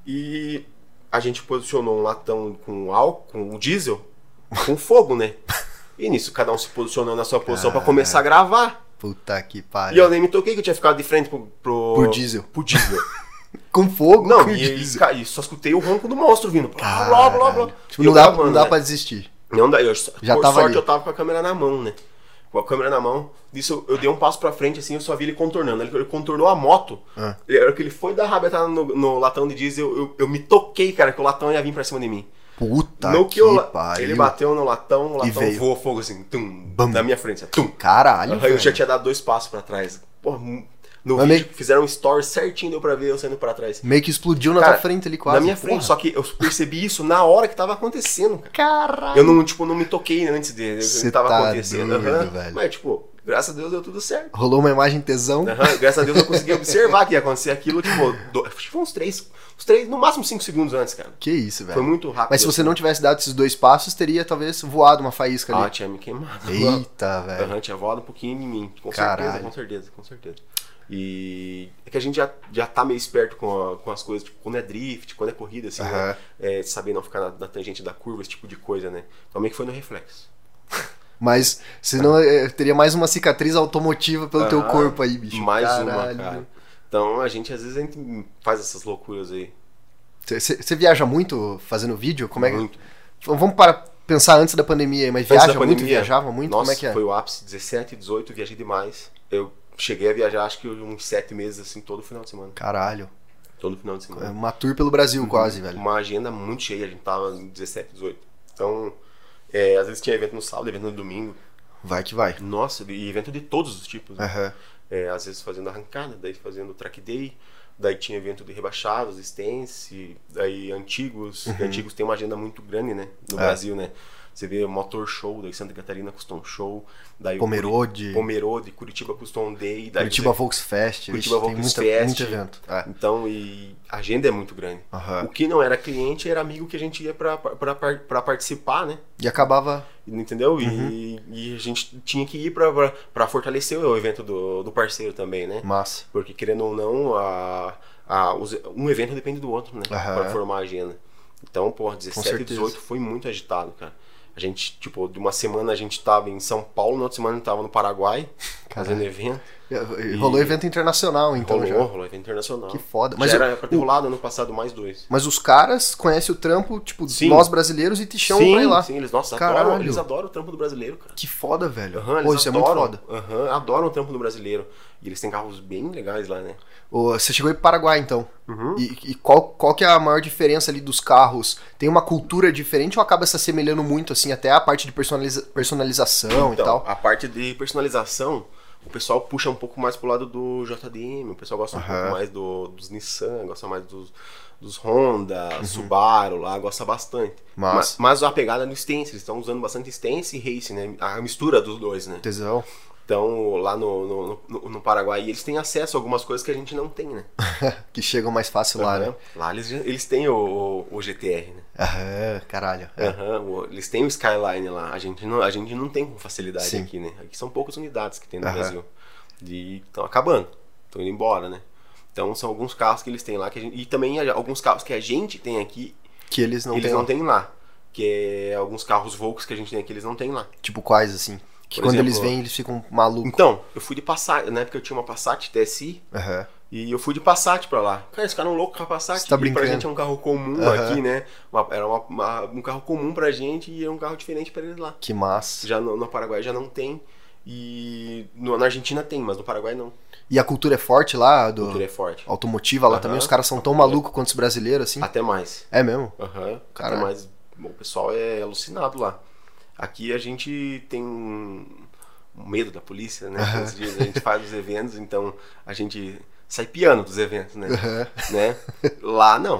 E a gente posicionou um latão com álcool, com diesel, com fogo, né? E nisso, cada um se posicionou na sua posição pra começar a gravar. Puta que E eu pariu. nem me toquei que eu tinha ficado de frente pro. pro Por diesel. Pro diesel. Com fogo? (laughs) Não, com e, e, diesel. ca- e só escutei o ronco do monstro vindo. Blá, blá, blá, blá. Caralho. E Tipo, não eu dá, gravando, não dá né? pra desistir. Não dá, eu, só- Já por tava sorte ali. eu tava com a câmera na mão, né? Com a câmera na mão. Disso eu dei um passo pra frente, assim, eu só vi ele contornando. Ele, ele contornou a moto. Ah. E a hora que ele foi dar a rabetada no, no latão de diesel, eu, eu, eu me toquei, cara, que o latão ia vir pra cima de mim. Puta Tá no que, que eu, pariu. ele bateu no latão, o latão veio. voou fogo assim, tum, Bam. na minha frente. assim, Tum. Caralho, Aí eu velho. já tinha dado dois passos pra trás. Porra, hum, no Mas vídeo, meio- fizeram um story certinho, deu pra ver eu saindo pra trás. Meio que explodiu na Cara, tua frente ali quase. na minha porra. frente, só que eu percebi isso na hora que tava acontecendo, cara. Caralho. Eu não, tipo, não me toquei antes de do Cê que tava tá acontecendo. doido, aham. velho. Mas, tipo, graças a Deus deu tudo certo. Rolou uma imagem tesão. Aham, Graças a Deus eu consegui observar que ia acontecer aquilo, tipo, do... acho que foi uns três, uns três, no máximo cinco segundos antes, cara. Que isso, velho. Foi muito rápido. Mas se você não tivesse dado esses dois passos, teria talvez voado uma faísca Ah, ali. tinha me queimado. Eita, velho. Aham, tinha voado um pouquinho em mim. Com Caralho. certeza, com certeza, com certeza. E é que a gente já, já tá meio esperto com, a- com as coisas, tipo, quando é drift, quando é corrida, assim, Aham. né? É, saber não ficar na, na tangente da curva, esse tipo de coisa, né? Então meio que foi no reflexo. Mas senão eh, teria mais uma cicatriz automotiva pelo teu Aham, corpo aí, bicho. Mais Caralho. uma, cara. Então a gente, às vezes, a gente faz essas loucuras aí. Você viaja muito fazendo vídeo? Como é que... Muito. F- Vamos para pensar antes da pandemia, aí, mas Antes da viaja muito? pandemia, Viajava muito? Nossa, Como é que é? foi o ápice, 17, 18, viajei demais. Eu cheguei a viajar, acho que uns sete meses, assim, todo final de semana. Caralho. Todo final de semana. É Uma tour pelo Uhum. Brasil quase, velho. Uma agenda muito cheia, a gente tava em 17, 18. Então, é, às vezes tinha evento no sábado, evento no domingo. Vai que vai. Nossa, e evento de todos os tipos. né? Aham. É, às vezes fazendo arrancada, daí fazendo track day, daí tinha evento de rebaixados, stance, daí antigos, que antigos tem uma agenda muito grande, né, no Uhum. É. Brasil, né. Você vê Motor Show, daí Santa Catarina Custom Show, daí o Pomerode, Pomerode, Curitiba Custom Day, daí Curitiba Volksfest. vixe, Curitiba tem muita, Volksfest. muito evento. É. Então, e a agenda é muito grande. Aham. O que não era cliente era amigo que a gente ia pra- pra pra participar, né? E acabava Entendeu? E, Uhum. e a gente tinha que ir pra- pra pra fortalecer o evento do, do parceiro também, né? massa. Porque querendo ou não, a, a, os- um evento depende do outro, né? Aham. Pra formar a agenda. Então, pô, 17 e certeza. 18 foi muito agitado, cara. A gente, tipo, de uma semana a gente tava em São Paulo, na outra semana a gente tava no (laughs) Paraguai, fazendo evento. É, E- Rolou evento internacional, então rolou, já. rolou evento internacional. Que foda. Mas Mas eu- era pra ter rolado ano passado mais dois. Mas os caras conhecem o trampo, tipo, Sim. nós brasileiros e te chamam pra ir lá. sim, eles, nossa, Caralho. adoram, eles adoram o trampo do brasileiro, cara. Que foda, velho. Aham, eles Pô, isso é adoram, muito foda. aham, adoram o trampo do brasileiro. E eles têm carros bem legais lá, né? Ô, Você chegou aí pro Paraguai, então. E, e qual, qual que é a maior diferença ali dos carros? Tem uma cultura diferente ou acaba se assemelhando muito, assim, até a parte de personaliza- personalização e Então, tal? a parte de personalização, o pessoal puxa um pouco mais pro lado do JDM, o pessoal gosta um Aham. pouco mais do, dos Nissan, gosta mais dos, dos Honda, Subaru lá, gosta bastante. Ma- Uhum. Mas, Mas, a pegada é no Stance, eles estão usando bastante Stance e Racing, né? A mistura dos dois, né? tesão. (laughs) Então, lá no, no, no, no Paraguai, eles têm acesso a algumas coisas que a gente não tem, né? que chegam mais fácil lá, né? Aham. Lá eles, eles têm o, o- o GTR, né? Aham, caralho. É. Aham, o- eles têm o Skyline lá. A gente não, a gente não tem com facilidade Sim. aqui, né? Aqui são poucas unidades que tem no Aham. Brasil. E estão acabando. Estão indo embora, né? Então são alguns carros que eles têm lá que a gente, e também a- alguns carros que a gente tem aqui, Que eles não eles têm. não lá. têm lá. Que é alguns carros Volks que a gente tem aqui, eles não têm lá. Tipo, quais, assim? Que Por quando exemplo, eles vêm, eles ficam malucos. Então, eu fui de Passat, na época eu tinha uma Passat TSI Aham. e eu fui de Passat pra lá. Cara, esse cara é um louco com a Passat. Você tá e pra brincando? gente é um carro comum Aham. aqui, né? Uma- era uma- uma- um carro comum pra gente e é um carro diferente pra eles lá. Que massa. Já no, no Paraguai já não tem. E no- na Argentina tem, mas no Paraguai não. E a cultura é forte lá, do O Ele é forte. automotiva lá Aham. Ah. também. Os caras são tão malucos quanto os brasileiros, assim. Até mais. É mesmo? Aham. Até Caralho. mais. O pessoal é alucinado lá. Aqui a gente tem um medo da polícia, né? Como se diz, A gente faz os eventos, então a gente sai piano dos eventos, né? Aham. né? Lá não.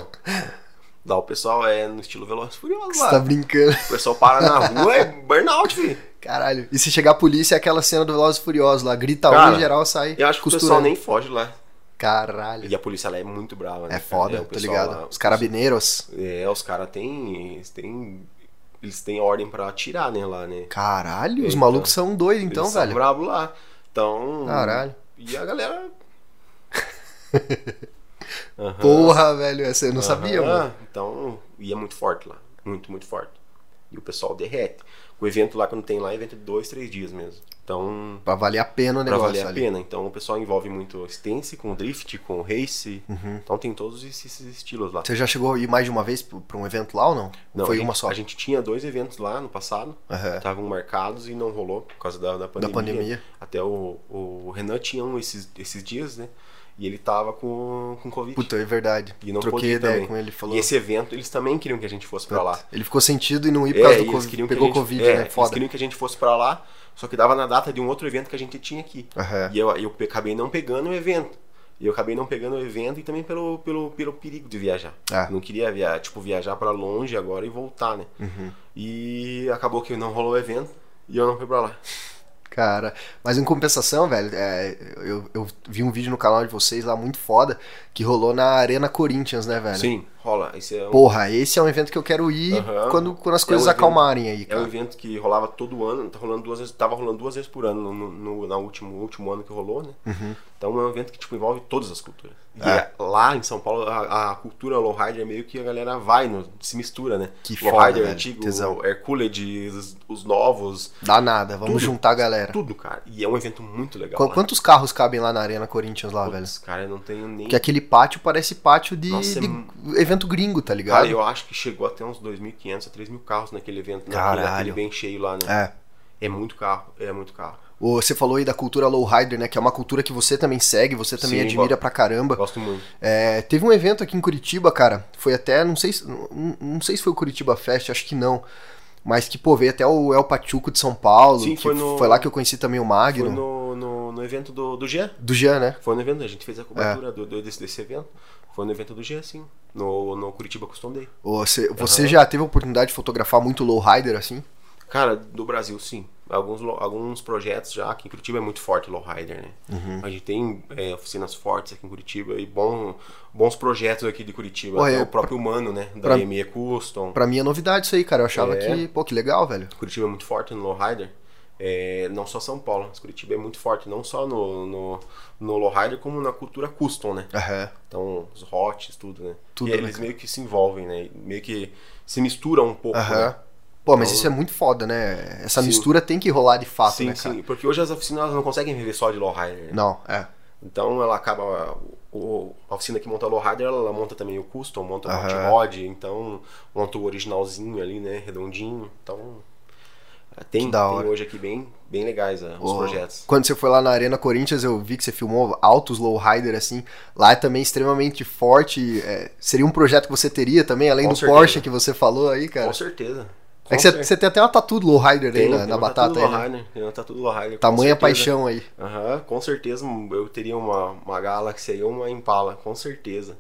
Lá o pessoal é no estilo Velozes e Furiosos Você tá lá. brincando. (laughs) O pessoal para na rua, é burnout, filho. Caralho. E se chegar a polícia, é aquela cena do Velozes e Furiosos lá. Grita um Cara, e geral sai. Eu acho que o costurando. pessoal nem foge lá. Caralho. E a polícia lá é muito brava, né? É cara? foda, o tô pessoal ligado. lá- Os carabineiros. É, os caras têm. Eles têm. Eles têm ordem pra atirar, né, lá, né? Caralho, os Eita. malucos são doidos então, Eles São velho. brabo lá. Então. Caralho. E (laughs) a galera. Aham. Porra, velho, essa eu não Aham. sabia, mano. Então, e é muito forte lá. Muito, muito forte. E o pessoal derrete. O evento lá, quando tem lá, é evento de dois, três dias mesmo. Então, Pra valer a pena o pra negócio valer a ali. pena. Então, o pessoal envolve muito stance com drift, com race. Uhum. Então, tem todos esses estilos lá. Você já chegou a ir mais de uma vez pra um evento lá ou não? Não, Foi a gente- uma só. A gente tinha dois eventos lá no passado. Aham. estavam marcados e não rolou por causa da, da Da pandemia. pandemia. Até o, o Renan tinha um esses, esses dias, né? E ele tava com, com Covid. Puta, é verdade. E não Troquei podia ideia também. com ele, falou. E esse evento, eles também queriam que a gente fosse pra lá. Ele ficou sentido e não ir por causa É, do e eles Covid. queriam que a Pegou gente- Covid, é, né? eles Foda. queriam que a gente fosse pra lá, só que dava na data de um outro evento que a gente tinha aqui. Aham. E eu, eu pe- acabei não pegando o evento. E eu acabei não pegando o evento e também pelo, pelo, pelo perigo de viajar. Ah. Não queria via, tipo, viajar pra longe agora e voltar, né? Uhum. E acabou que não rolou o evento e eu não fui pra lá. Cara, mas em compensação, velho, é, eu, eu vi um vídeo no canal de vocês lá muito foda que rolou na Arena Corinthians, né, velho? Sim, rola. Esse é um, Porra, esse é um evento que eu quero ir Aham. quando, quando as É coisas um evento- acalmarem aí, É um cara. evento que rolava todo ano, tá rolando duas vezes, tava rolando duas vezes por ano no, no- na último, último ano que rolou, né? Então é um evento que tipo, envolve todas as culturas. E Uhum. É. a- lá em São Paulo, a, a cultura lowrider é meio que a galera vai, no- se mistura, né? Que foda, lowrider velho. antigo, Tesão. Hercules, os, os novos, Dá nada, vamos Tudo. juntar a galera. tudo, cara. E é um evento muito legal. Qu- lá. Quantos carros cabem lá na Arena Corinthians lá, velho? é Putz, cara, eu não tenho nem. Porque aquele pátio parece pátio de, Nossa, é de mu- evento gringo, tá ligado? Cara, eu acho que chegou até uns 2.500 a 3.000 carros naquele evento, naquele, Caralho. naquele bem cheio lá, né? É. É muito carro, é muito carro. O- Você falou aí da cultura lowrider, né? Que é uma cultura que você também segue, você também Sim, admira gosto. pra caramba. Gosto muito. É, teve um evento aqui em Curitiba, cara. Foi até, não sei, se- não, não sei se foi o Curitiba Fest, acho que não. Mas que, pô, veio até o El Pachuco de São Paulo. Sim, que foi no- lá que eu conheci também o Foi Magno. no, no, no evento do, do Jean. Do Jean, né? Foi no evento, a gente fez a cobertura É. do, do- desse, desse evento. Foi no evento do Jean, sim. No, no Curitiba Custom Day. Ô, Você, você já teve a oportunidade de fotografar muito lowrider assim? Cara, do Brasil, sim. Alguns, lo- alguns projetos já, aqui em Curitiba é muito forte o Lowrider, né? Uhum. A gente tem é, oficinas fortes aqui em Curitiba e bom, bons projetos aqui de Curitiba. Olha, Até o próprio Humano, né? Da pra- ME Custom. Pra mim é novidade isso aí, cara. Eu achava É. que, pô, que legal, velho. Curitiba é muito forte no Lowrider. É, não só São Paulo, mas Curitiba é muito forte, não só no, no, no Lowrider, como na cultura custom, né? Aham. Então, os hots, tudo, né? Tudo, e né, eles cara? meio que se envolvem, né? Meio que se misturam um pouco, Aham. né? Pô, mas Então- isso é muito foda, né? Essa Sim. mistura tem que rolar de fato, sim, né, cara? sim. Porque hoje as oficinas elas não conseguem viver só de lowrider. né? Não, é. Então, ela acaba... o- a oficina que monta lowrider, ela, ela monta também o custom, monta o hot Aham. rod, então monta o originalzinho ali, né? Redondinho. Então, tem, Que da tem hora. hoje aqui bem, bem legais ah, os Ô, projetos. Quando você foi lá na Arena Corinthians, eu vi que você filmou altos lowrider, assim. Lá é também extremamente forte. é, seria um projeto que você teria também, além Com do certeza. Porsche que você falou aí, cara. Com certeza. É que você, você tem até uma tatu do Lowrider aí Tem, na, tem na uma batata. tatu aí, do né? Lowrider, Tem uma tatu do Lowrider, com Tamanha certeza. paixão aí. Aham, com certeza um, eu teria uma, uma Galaxy aí ou uma Impala, com certeza.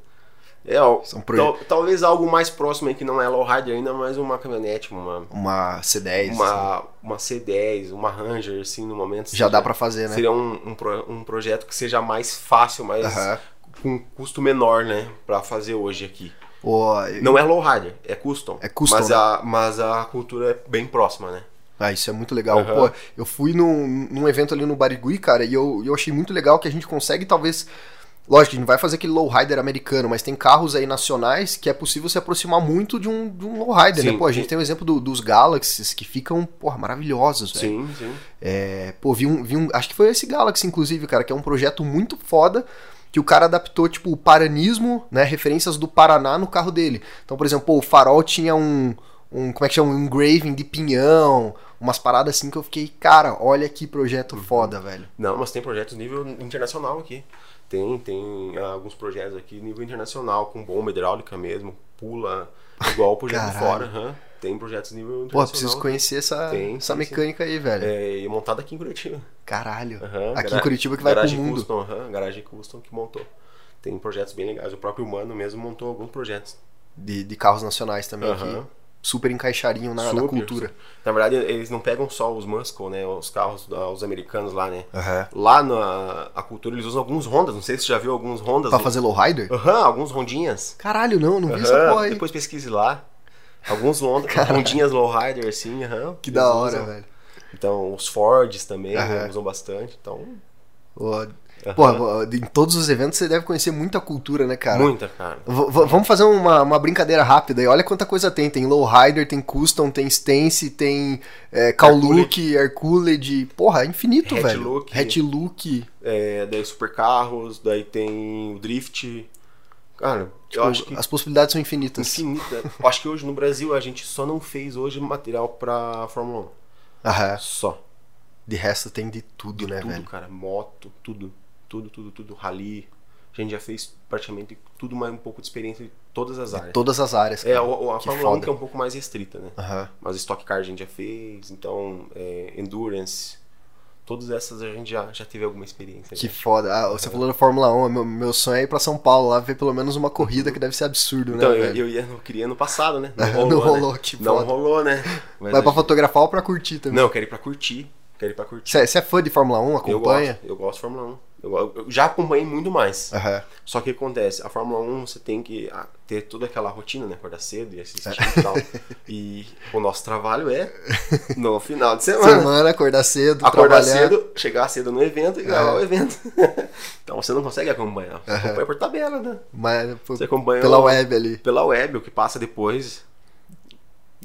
É, ó, São pro- tal- talvez algo mais próximo aí que não é Lowrider ainda, mas uma caminhonete, uma, Uma C10. assim. uma, uma C10, uma Ranger, assim, no Já momento. seria- dá pra fazer, né? Seria um, um, pro- um projeto que seja mais fácil, mais Aham. com um custo menor, né? Pra fazer hoje aqui. Ó, Não é Lowrider, é custom. É custom, Mas, né? a, mas a cultura é bem próxima, né? Ah, isso é muito legal. Aham. Pô, eu fui num, num evento ali no Barigui, cara, e eu, eu achei muito legal que a gente consegue, talvez. Lógico, a gente não vai fazer aquele lowrider americano, mas tem carros aí nacionais que é possível se aproximar muito de um, de um lowrider, Sim. né? Pô, a gente tem o exemplo do- dos Galaxies que ficam, porra, maravilhosos, velho. Sim, sim. É, pô, vi um, vi um. Acho que foi esse Galaxy, inclusive, cara, que é um projeto muito foda. Que o cara adaptou, tipo, o paranismo, né? Referências do Paraná no carro dele. Então, por exemplo, pô, o farol tinha um. um como é que chama? Um engraving de pinhão. Umas paradas assim que eu fiquei, cara, olha que projeto Uhum. foda, velho. Não, mas tem projetos nível internacional aqui. Tem, tem ah, alguns projetos aqui nível internacional, com bomba hidráulica mesmo, pula, igual o projeto de Caralho. fora. aham. Tem projetos nível Pô, internacional. eu preciso conhecer essa, Tem, essa sim, mecânica aí, velho. É, e montado aqui em Curitiba. Caralho. Aham, Aqui em gara- Curitiba que vai pro garagem mundo. Custom, aham, garagem Custom que montou. Tem projetos bem legais. O próprio Humano mesmo montou alguns projetos. De, de carros nacionais também, Aham. que super encaixariam na, na Super, Ah, cultura. super. Na verdade, eles não pegam só os Muscle, né? Os carros, da- os americanos lá, né? Aham. Lá na a cultura eles usam alguns Hondas. Não sei se você já viu alguns Hondas. Pra né? fazer lowrider? Aham, alguns Rondinhas. Caralho, não, não vi essa Aham, porra aí. Depois pesquise lá. (laughs) Alguns Honda, Hondinhas Lowrider, assim, aham. Que eles da hora, usam. velho. Então, os Fords também Aham. usam bastante. Então, Ó, Aham. Pô, ó, em todos os eventos você deve conhecer muita cultura, né, cara? muita, cara. V- v- vamos fazer uma, uma brincadeira rápida aí. Olha quanta coisa tem. Tem Lowrider, tem Custom, tem Stance, tem é, Cowlook, Herculed. Porra, é infinito, Hat velho. Look. Hatlook. É, daí supercarros, daí tem o drift. Cara, eu acho que Tipo, As possibilidades são infinitas. infinita. Eu acho que hoje no Brasil a gente só não fez hoje material pra Fórmula 1. Aham. Só. De resto tem de tudo, É né, tudo, velho? cara. Moto, tudo. Tudo, tudo, tudo. Rally. A gente já fez praticamente tudo, mas um pouco de experiência em todas as áreas. Todas as áreas. É, cara. o- o- a Que Fórmula foda. 1 que é um pouco mais restrita, né? Aham. Mas Stock Car a gente já fez, então é, Endurance, todas essas a gente já, já teve alguma experiência. Que já. foda. Ah, É. você falou da Fórmula 1. Meu, meu sonho é ir pra São Paulo lá ver pelo menos uma corrida que deve ser absurdo, né, Uhum. Então, eu, velho? eu ia, eu queria ano passado, né? (laughs) Não rolou, que Não foda. rolou, né? Mas Vai pra a gente- fotografar ou pra curtir também? Não, eu quero ir pra curtir, quero ir pra curtir. Você é fã de Fórmula 1? Eu Acompanha? É. gosto, eu gosto de Fórmula 1. Eu, go- eu já acompanhei muito mais. Aham. Só que o que acontece? A Fórmula 1 você tem que ah, ter toda aquela rotina, né? Acordar cedo e assistir É. e (laughs) tal. E o nosso trabalho é no final de semana. Semana, acordar cedo, Acordar trabalhar. É. cedo, chegar cedo no evento e gravar o evento. (laughs) então você não consegue acompanhar. Você acompanha por tabela, né? Mas pô, Você acompanha É. pela o- web ali. Pela web, o que passa depois.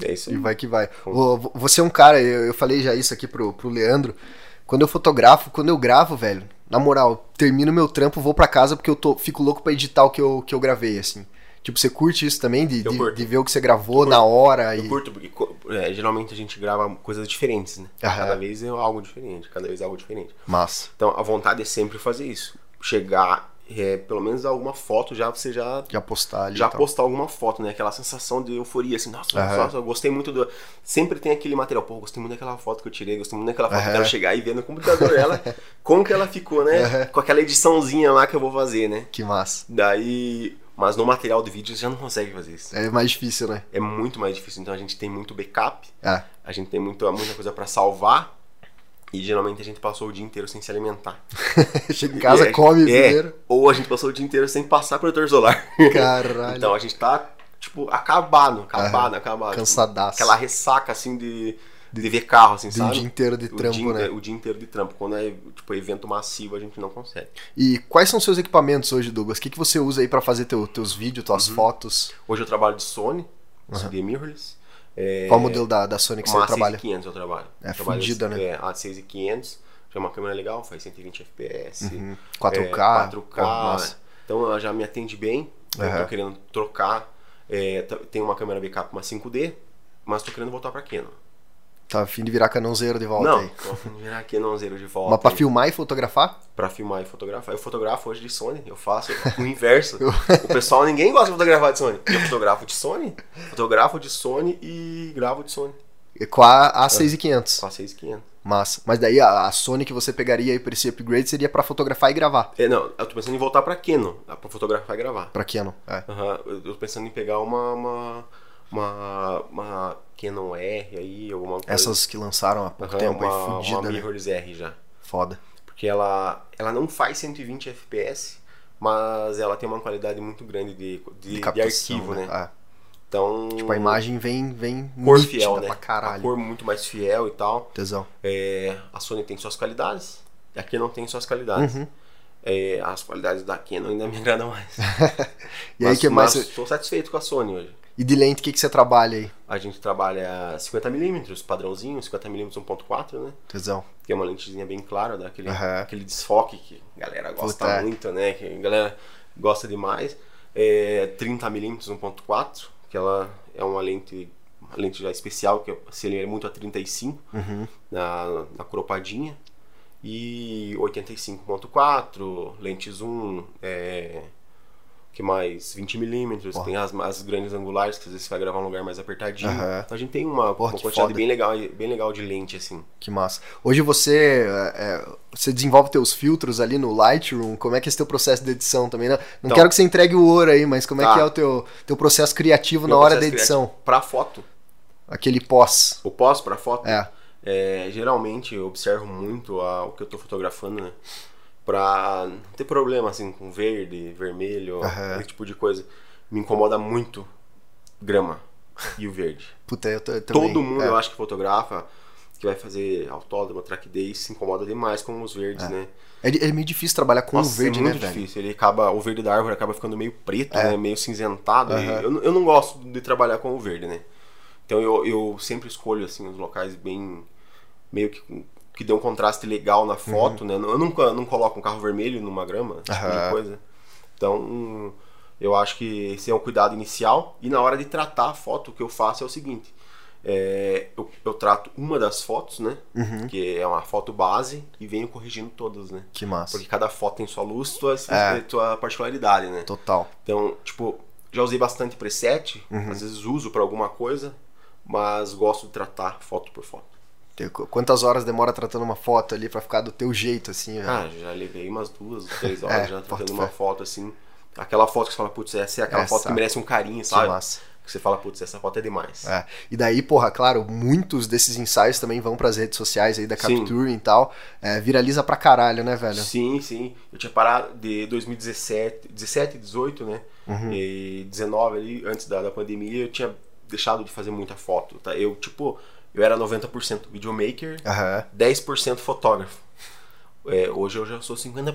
É isso E aí. vai que vai. Ô, vo- Você é um cara, eu eu falei já isso aqui pro, pro Leandro. Quando eu fotografo, quando eu gravo, velho, na moral, termino meu trampo, vou pra casa porque eu tô, fico louco pra editar o que eu, que eu gravei, assim. Tipo, você curte isso também? De, Eu de, curto. de ver o que você gravou na hora Eu e. curto, porque co- é, geralmente a gente grava coisas diferentes, né? Aham. Cada vez é algo diferente, cada vez é algo diferente. Massa. Então a vontade é sempre fazer isso. Chegar, é, pelo menos alguma foto já, você já Já postar ali. já e tal. postar alguma foto, né? Aquela sensação de euforia, assim, nossa, Então. Aham. nossa, eu gostei muito do. Sempre tem aquele material, pô, gostei muito daquela foto que eu tirei, gostei muito daquela foto. Aham. Quero chegar e ver no computador (laughs) ela, como que ela ficou, né? Aham. Com aquela ediçãozinha lá que eu vou fazer, né? Que massa. Daí. Mas no material de vídeo você já não consegue fazer isso. É mais difícil, né? É muito mais difícil. Então a gente tem muito backup, Ah, (laughs) a gente tem muito, muita coisa pra salvar. E geralmente a gente passou o dia inteiro sem se alimentar. chega em casa, É, come é, (laughs) primeiro. Ou a gente passou o dia inteiro sem passar protetor solar. Caralho. Então a gente tá, tipo, acabado, acabado, acabado. Cansadaço. Então, Aquela ressaca, assim, de, de ver carro, assim, de um sabe? dia inteiro de O trampo, dia né? inte- O dia inteiro de trampo. Quando é, tipo, evento massivo, a gente não consegue. E quais são seus equipamentos hoje, Douglas? O que, que você usa aí pra fazer teu- teus vídeos, tuas Uhum. fotos? Hoje eu trabalho de Sony, CD mirrorless. É, Qual modelo da, da Sony que uma você trabalha? 6500 eu trabalho. É trabalho fudida, né? É, a 6500. Já é uma câmera legal, faz 120 FPS. Uhum. é, 4K. 4K. Pô, nossa. Então ela já me atende bem. então Eu Aham. tô querendo trocar. É, t- tem uma câmera backup, uma 5D, mas tô querendo voltar pra Canon. Tá a fim de virar canãozeiro de volta não, aí. vou virar Canonzeiro de volta. Mas pra aí, filmar e fotografar? pra filmar e fotografar. Eu fotografo hoje de Sony, (laughs) eu faço o inverso. o pessoal, ninguém gosta de fotografar de Sony. Eu fotografo de Sony, fotografo de Sony e gravo de Sony. É Com a A6500. Com a 6500. Massa. Mas daí a, a Sony que você pegaria aí pra esse upgrade seria pra fotografar e gravar. É, não, eu tô pensando em voltar pra Canon, pra fotografar e gravar. Pra Canon, é. Aham, eu tô pensando em pegar uma. uma, uma, uma Canon R aí, alguma coisa. Essas que lançaram há pouco Aham, tempo aí, uma, fudida, uma né? Mirrorless R já. Foda. Porque ela, ela não faz 120 FPS, mas ela tem uma qualidade muito grande de, de, de captação, arquivo, né? Ah, Então. tipo, a imagem vem, vem cor nítida fiel, né? pra A caralho. cor muito mais fiel e tal. Tesão. É, a Sony tem suas qualidades. A Canon tem suas qualidades. Uhum. É, as qualidades da Canon ainda me agradam mais. (laughs) E aí, que mais? mas Estou satisfeito com a Sony hoje. E de lente, o que, que você trabalha aí? A gente trabalha 50mm, padrãozinho, 50mm 1.4, né? Tesão. Que é uma lentezinha bem clara, dá aquele, Aham. aquele desfoque que a galera gosta Puta. é. muito, né? Que a galera gosta demais. É 30mm 1.4, que ela é uma lente, uma lente já especial, que acelera muito a 35 Uhum. na, na cropadinha. E 85.4, lente zoom, é, que mais? 20mm, Porra. tem as, as grandes angulares, que às vezes você vai gravar um lugar mais apertadinho. Aham. Então a gente tem uma, Porra, uma que quantidade foda. bem legal, bem legal de lente, assim. Que massa. Hoje você, é, é, você desenvolve teus filtros ali no Lightroom. Como é que é esse teu processo de edição também? Não, não Então- quero que você entregue o ouro aí, mas como é Tá. que é o teu, teu processo criativo Meu na hora da processo edição? criativo Pra foto, Aquele pós. o pós pra foto, É. é, geralmente eu observo muito a- o que eu tô fotografando, né? Pra não ter problema, assim, com verde, vermelho, Aham. esse tipo de coisa. Me incomoda muito grama e o verde. Puta, eu, t- eu (laughs) também. Todo mundo, é. eu acho que fotografa, que vai fazer autódromo, track day, se incomoda demais com os verdes, né? É, di- é meio difícil trabalhar com o Nossa, verde, é muito né, velho? É. difícil. Ele acaba, o verde da árvore acaba ficando meio preto, né? Meio cinzentado. E Aham. eu, não- eu não gosto de trabalhar com o verde, né? Então eu, eu sempre escolho, assim, os locais bem... Meio que com- que dê um contraste legal Uhum. na foto, né? Eu nunca eu não coloco um carro vermelho numa grama, esse tipo de Aham. coisa. Então... hum, Eu acho que esse é um cuidado inicial. E na hora de tratar a foto, o que eu faço é o seguinte: é, eu, eu trato uma das fotos, né? Uhum. Que é uma foto base, e venho corrigindo todas, né? Que massa. Porque cada foto tem sua luz, sua, É. tua particularidade, né? Total. Então, tipo, já usei bastante preset, Uhum. às vezes uso pra alguma coisa, mas gosto de tratar foto por foto. Tem qu- Quantas horas demora tratando uma foto ali pra ficar do teu jeito, assim, velho? Ah, já levei umas duas, (laughs) três É, horas já bota tratando uma fé. foto assim. Aquela foto que você fala, putz, essa é aquela Essa. foto que merece um carinho, que sabe? massa. Que você fala, putz, essa foto é demais. É. E daí, porra, claro, muitos desses ensaios também vão pras redes sociais aí da Sim. Capture e tal. É, viraliza pra caralho, né, velho? Sim, sim. Eu tinha parado de 2017, 17, 18, né? E 19 ali, antes da, da pandemia, eu tinha deixado de fazer muita foto, tá? Eu, tipo, eu era 90% videomaker, Aham. 10% fotógrafo. É, hoje eu já sou 50%,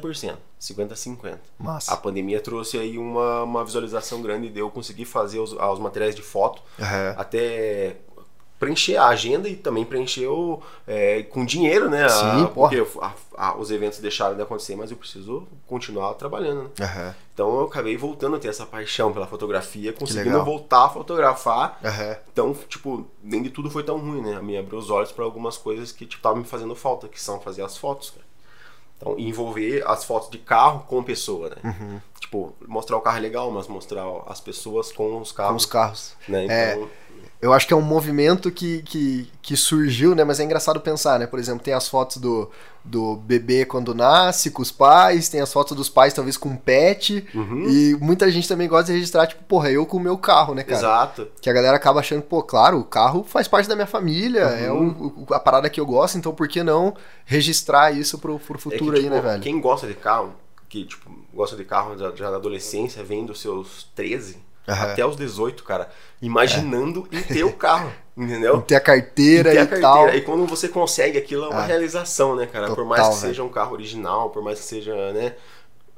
50-50. Massa. A pandemia trouxe aí uma, uma visualização grande de eu conseguir fazer os, os materiais de foto, Aham. até preencher a agenda e também preencher o, é, com dinheiro, né? A- Sim, porque a- a- os eventos deixaram de acontecer, mas eu preciso continuar trabalhando. né? Aham. Então eu acabei voltando a ter essa paixão pela fotografia, conseguindo legal. voltar a fotografar. Aham. Então, tipo, nem de tudo foi tão ruim, né? Me abriu os olhos para algumas coisas que tipo, tava me fazendo falta, que são fazer as fotos, cara. Então, envolver as fotos de carro com pessoa, né? Uhum. Tipo, mostrar o carro é legal, mas mostrar as pessoas com os Com os carros, carros. né? É. Então, Eu acho que é um movimento que, que, que surgiu, né? Mas é engraçado pensar, né? Por exemplo, tem as fotos do, do bebê quando nasce, com os pais, tem as fotos dos pais, talvez, com pet. Uhum. E muita gente também gosta de registrar, tipo, porra, eu com o meu carro, né, cara? exato. É Que a galera acaba achando, pô, claro, o carro faz parte da minha família, é Uhum. o- o- a parada que eu gosto, então por que não registrar isso pro, pro É que, futuro aí, tipo, né, velho? Quem gosta de carro, que tipo, gosta de carro já, já na adolescência, vem dos seus 13 Aham. É. até os 18, cara, imaginando em ter (laughs) o carro, entendeu? Ter a carteira Ter a e tal. E quando você consegue aquilo, é uma É. realização, né, cara? por Total, mais que velho. seja um carro original, por mais que seja, né?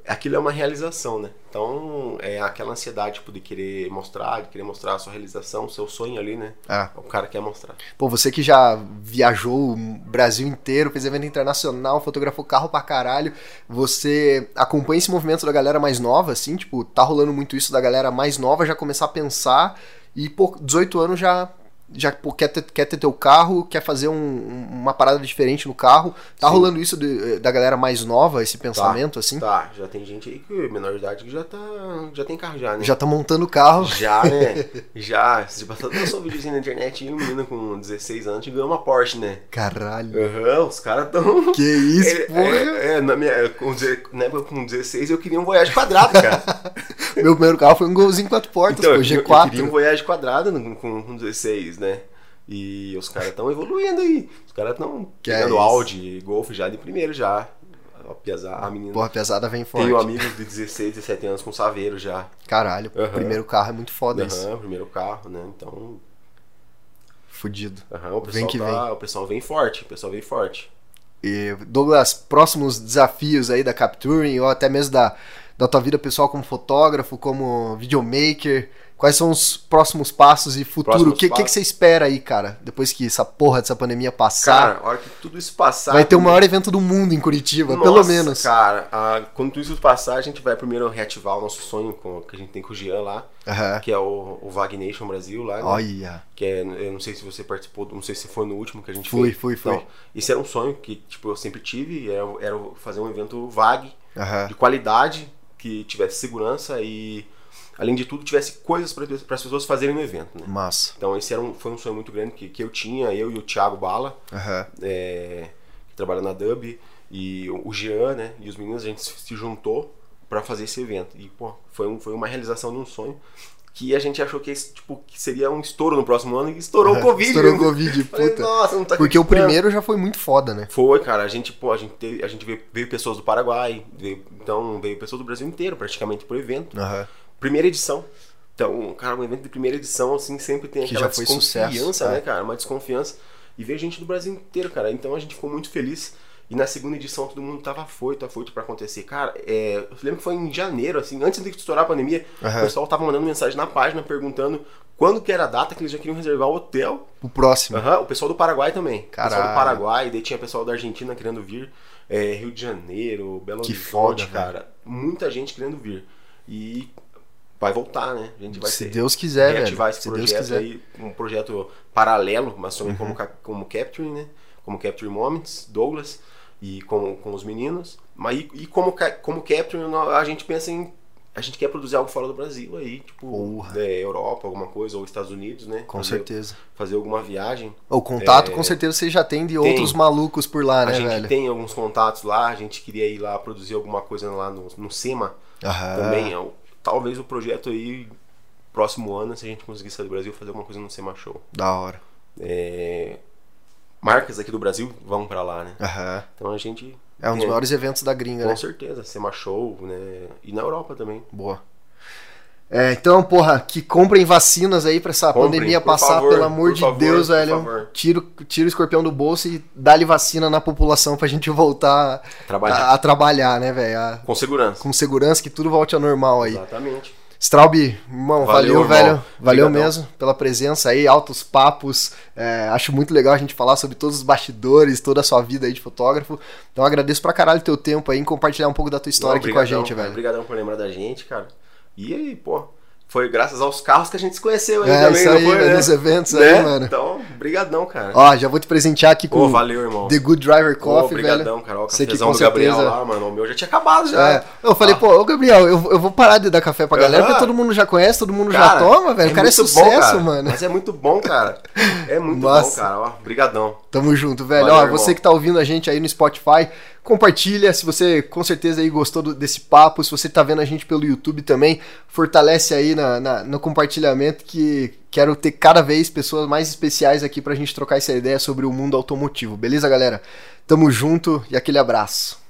Aquilo é uma realização, né? Então, é aquela ansiedade tipo, de querer mostrar, de querer mostrar a sua realização, o seu sonho ali, né? Ah. O cara quer mostrar. Pô, você que já viajou o Brasil inteiro, fez evento internacional, fotografou carro pra caralho, você acompanha esse movimento da galera mais nova, assim, tipo, tá rolando muito isso da galera mais nova já começar a pensar e, pô, 18 anos já já pô, quer, ter, quer ter teu carro, quer fazer um- uma parada diferente no carro. Tá Sim. rolando isso de- da galera mais nova, esse pensamento, assim? Tá, já tem gente aí que menor de idade que já tá. Já tem carro já, né? Já tá montando o (laughs) carro. Já, né? já. Se passou um videozinho na internet e um menino com 16 anos ganhou uma Porsche, né? Caralho. Aham, os caras (laughs) tão. Que isso, Ele- porra. é, é, na minha, com, deze- na época com 16 eu queria um Voyage quadrado, (laughs) cara. Meu primeiro carro foi um golzinho quatro portas, então, pô, eu, eu G4. queria um Voyage quadrado no- com, com 16, né? E os caras estão evoluindo aí. Os caras estão Que é pegando isso. Audi, Golf já de primeiro já. Apesar, a menina. Porra, pesada vem forte. Tenho amigos de 16, 17 anos com Saveiro já. Caralho, Aham. primeiro carro é muito foda isso. Aham, primeiro carro, né? Então, Fudido. aham, o Vem pessoal que tá- o pessoal vem forte, o pessoal vem forte. E, Douglas, próximos desafios aí da Capturing, ou até mesmo da, da tua vida pessoal como fotógrafo, como videomaker, quais são os próximos passos e futuro? O Próximos que, que, que passos. você espera aí, cara? Depois que essa porra dessa pandemia passar, Cara, a hora que tudo isso passar, vai ter o maior evento do mundo em Curitiba, Nossa, pelo menos. Cara, a- quando tudo isso passar, a gente vai primeiro reativar o nosso sonho com, que a gente tem com o Jean lá, Aham. que é o, o Vagnation Brasil lá. né? Olha, Que é, eu não sei se você participou, não sei se foi no último que a gente fui, fez. fui, fui. Então, isso era um sonho que tipo, eu sempre tive, era, era fazer um evento vague, Aham. de qualidade, que tivesse segurança e, além de tudo, tivesse coisas para as pessoas fazerem no evento. Né? Massa. Então, esse era um, foi um sonho muito grande que, que eu tinha, eu e o Thiago Bala Aham. é, que trabalha na Dub, e o Jean, né, e os meninos, a gente se juntou para fazer esse evento. E, pô, foi, um, foi uma realização de um sonho que a gente achou que, esse, tipo, que seria um estouro no próximo ano (laughs) e estourou o Covid. Estourou o né? Covid, Falei, puta. nossa, não tá Porque o acreditando. primeiro já foi muito foda, né? Foi, cara, a gente, pô, a gente, teve- a gente veio, veio pessoas do Paraguai, veio- então veio pessoas do Brasil inteiro praticamente pro evento. Aham. Primeira edição. Então, cara, um evento de primeira edição, assim, sempre tem Que aquela já foi desconfiança, sucesso, né, é. cara? Uma desconfiança. E veio gente do Brasil inteiro, cara. Então a gente ficou muito feliz. E na segunda edição todo mundo tava afoito, afoito pra acontecer. Cara, é, eu lembro que foi em janeiro, assim, antes de estourar a pandemia, Aham. o pessoal tava mandando mensagem na página perguntando quando que era a data que eles já queriam reservar o hotel. O próximo. Aham, o pessoal do Paraguai também. O Pessoal Caralho. do Paraguai, daí tinha pessoal da Argentina querendo vir, é, Rio de Janeiro, Belo Que Horizonte, foda, cara. Muita gente querendo vir. E vai voltar, né? A gente vai Se ter- Deus quiser, velho. reativar esse Se Deus projeto quiser. Uhum. aí, um projeto paralelo, mas também como, cap- como Capturing, né? Como Capturing Moments, Douglas, e com, com os meninos. Mas e, e como, ca- como Capturing, nó- a gente pensa em. A gente quer produzir algo fora do Brasil aí, tipo, Porra. é, Europa, alguma coisa, ou Estados Unidos, né? Com fazer, certeza. Fazer alguma viagem. O contato, com certeza, você já tem de outros malucos por lá, É. A né, gente velho? tem alguns contatos lá, a gente queria ir lá produzir alguma coisa lá no, no SEMA Aham. também. é o- Talvez o projeto aí, próximo ano, se a gente conseguir sair do Brasil, fazer alguma coisa no SEMA Show. Da hora. é, marcas aqui do Brasil vão pra lá, né? Aham. Então a gente, É um dos É. maiores eventos da gringa, né? com certeza, Sema Show, né? E na Europa também. Boa. É, então, porra, que comprem vacinas aí pra essa Comprem, pandemia por passar, favor, pelo amor por de favor, Deus, por velho. favor. Tira, o- tira o escorpião do bolso e dá-lhe vacina na população pra gente voltar Trabalhar a, a trabalhar, né, velho? A- com segurança. Com segurança, que tudo volte ao normal aí. Exatamente. Straub, irmão, valeu, Valeu, irmão. velho. Valeu Obrigadão. mesmo pela presença aí, altos papos. É, acho muito legal a gente falar sobre todos os bastidores, toda a sua vida aí de fotógrafo. Então agradeço pra caralho o teu tempo aí em compartilhar um pouco da tua história aqui com a gente, velho. Obrigadão por lembrar da gente, cara. E aí, pô, foi graças aos carros que a gente se conheceu aí É, também, isso não aí, foi, velho, né? nos eventos Né? aí, mano. Então, brigadão, cara. Ô, Ó, já vou te presentear aqui com valeu, irmão. The Good Driver Ô, Coffee, velho. brigadão, cara. Ó, O Sei que com cafezão do Gabriel certeza- lá, mano. O meu já tinha acabado já. É. Eu falei, pô, ô Gabriel, eu, eu vou parar de dar café pra galera, Tá. Aham. porque todo mundo já conhece, todo mundo já Cara, toma, velho. O cara é muito bom, sucesso, cara. mano. Mas é muito bom, cara. É muito Massa. bom, cara. Ó, brigadão. Tamo junto, velho. Valeu, Ó, irmão. você que tá ouvindo a gente aí no Spotify, compartilha. Se você com certeza aí gostou do- desse papo, se você tá vendo a gente pelo YouTube também, fortalece aí na, na- no compartilhamento que quero ter cada vez pessoas mais especiais aqui pra gente trocar essa ideia sobre o mundo automotivo. Beleza, galera? Tamo junto e aquele abraço.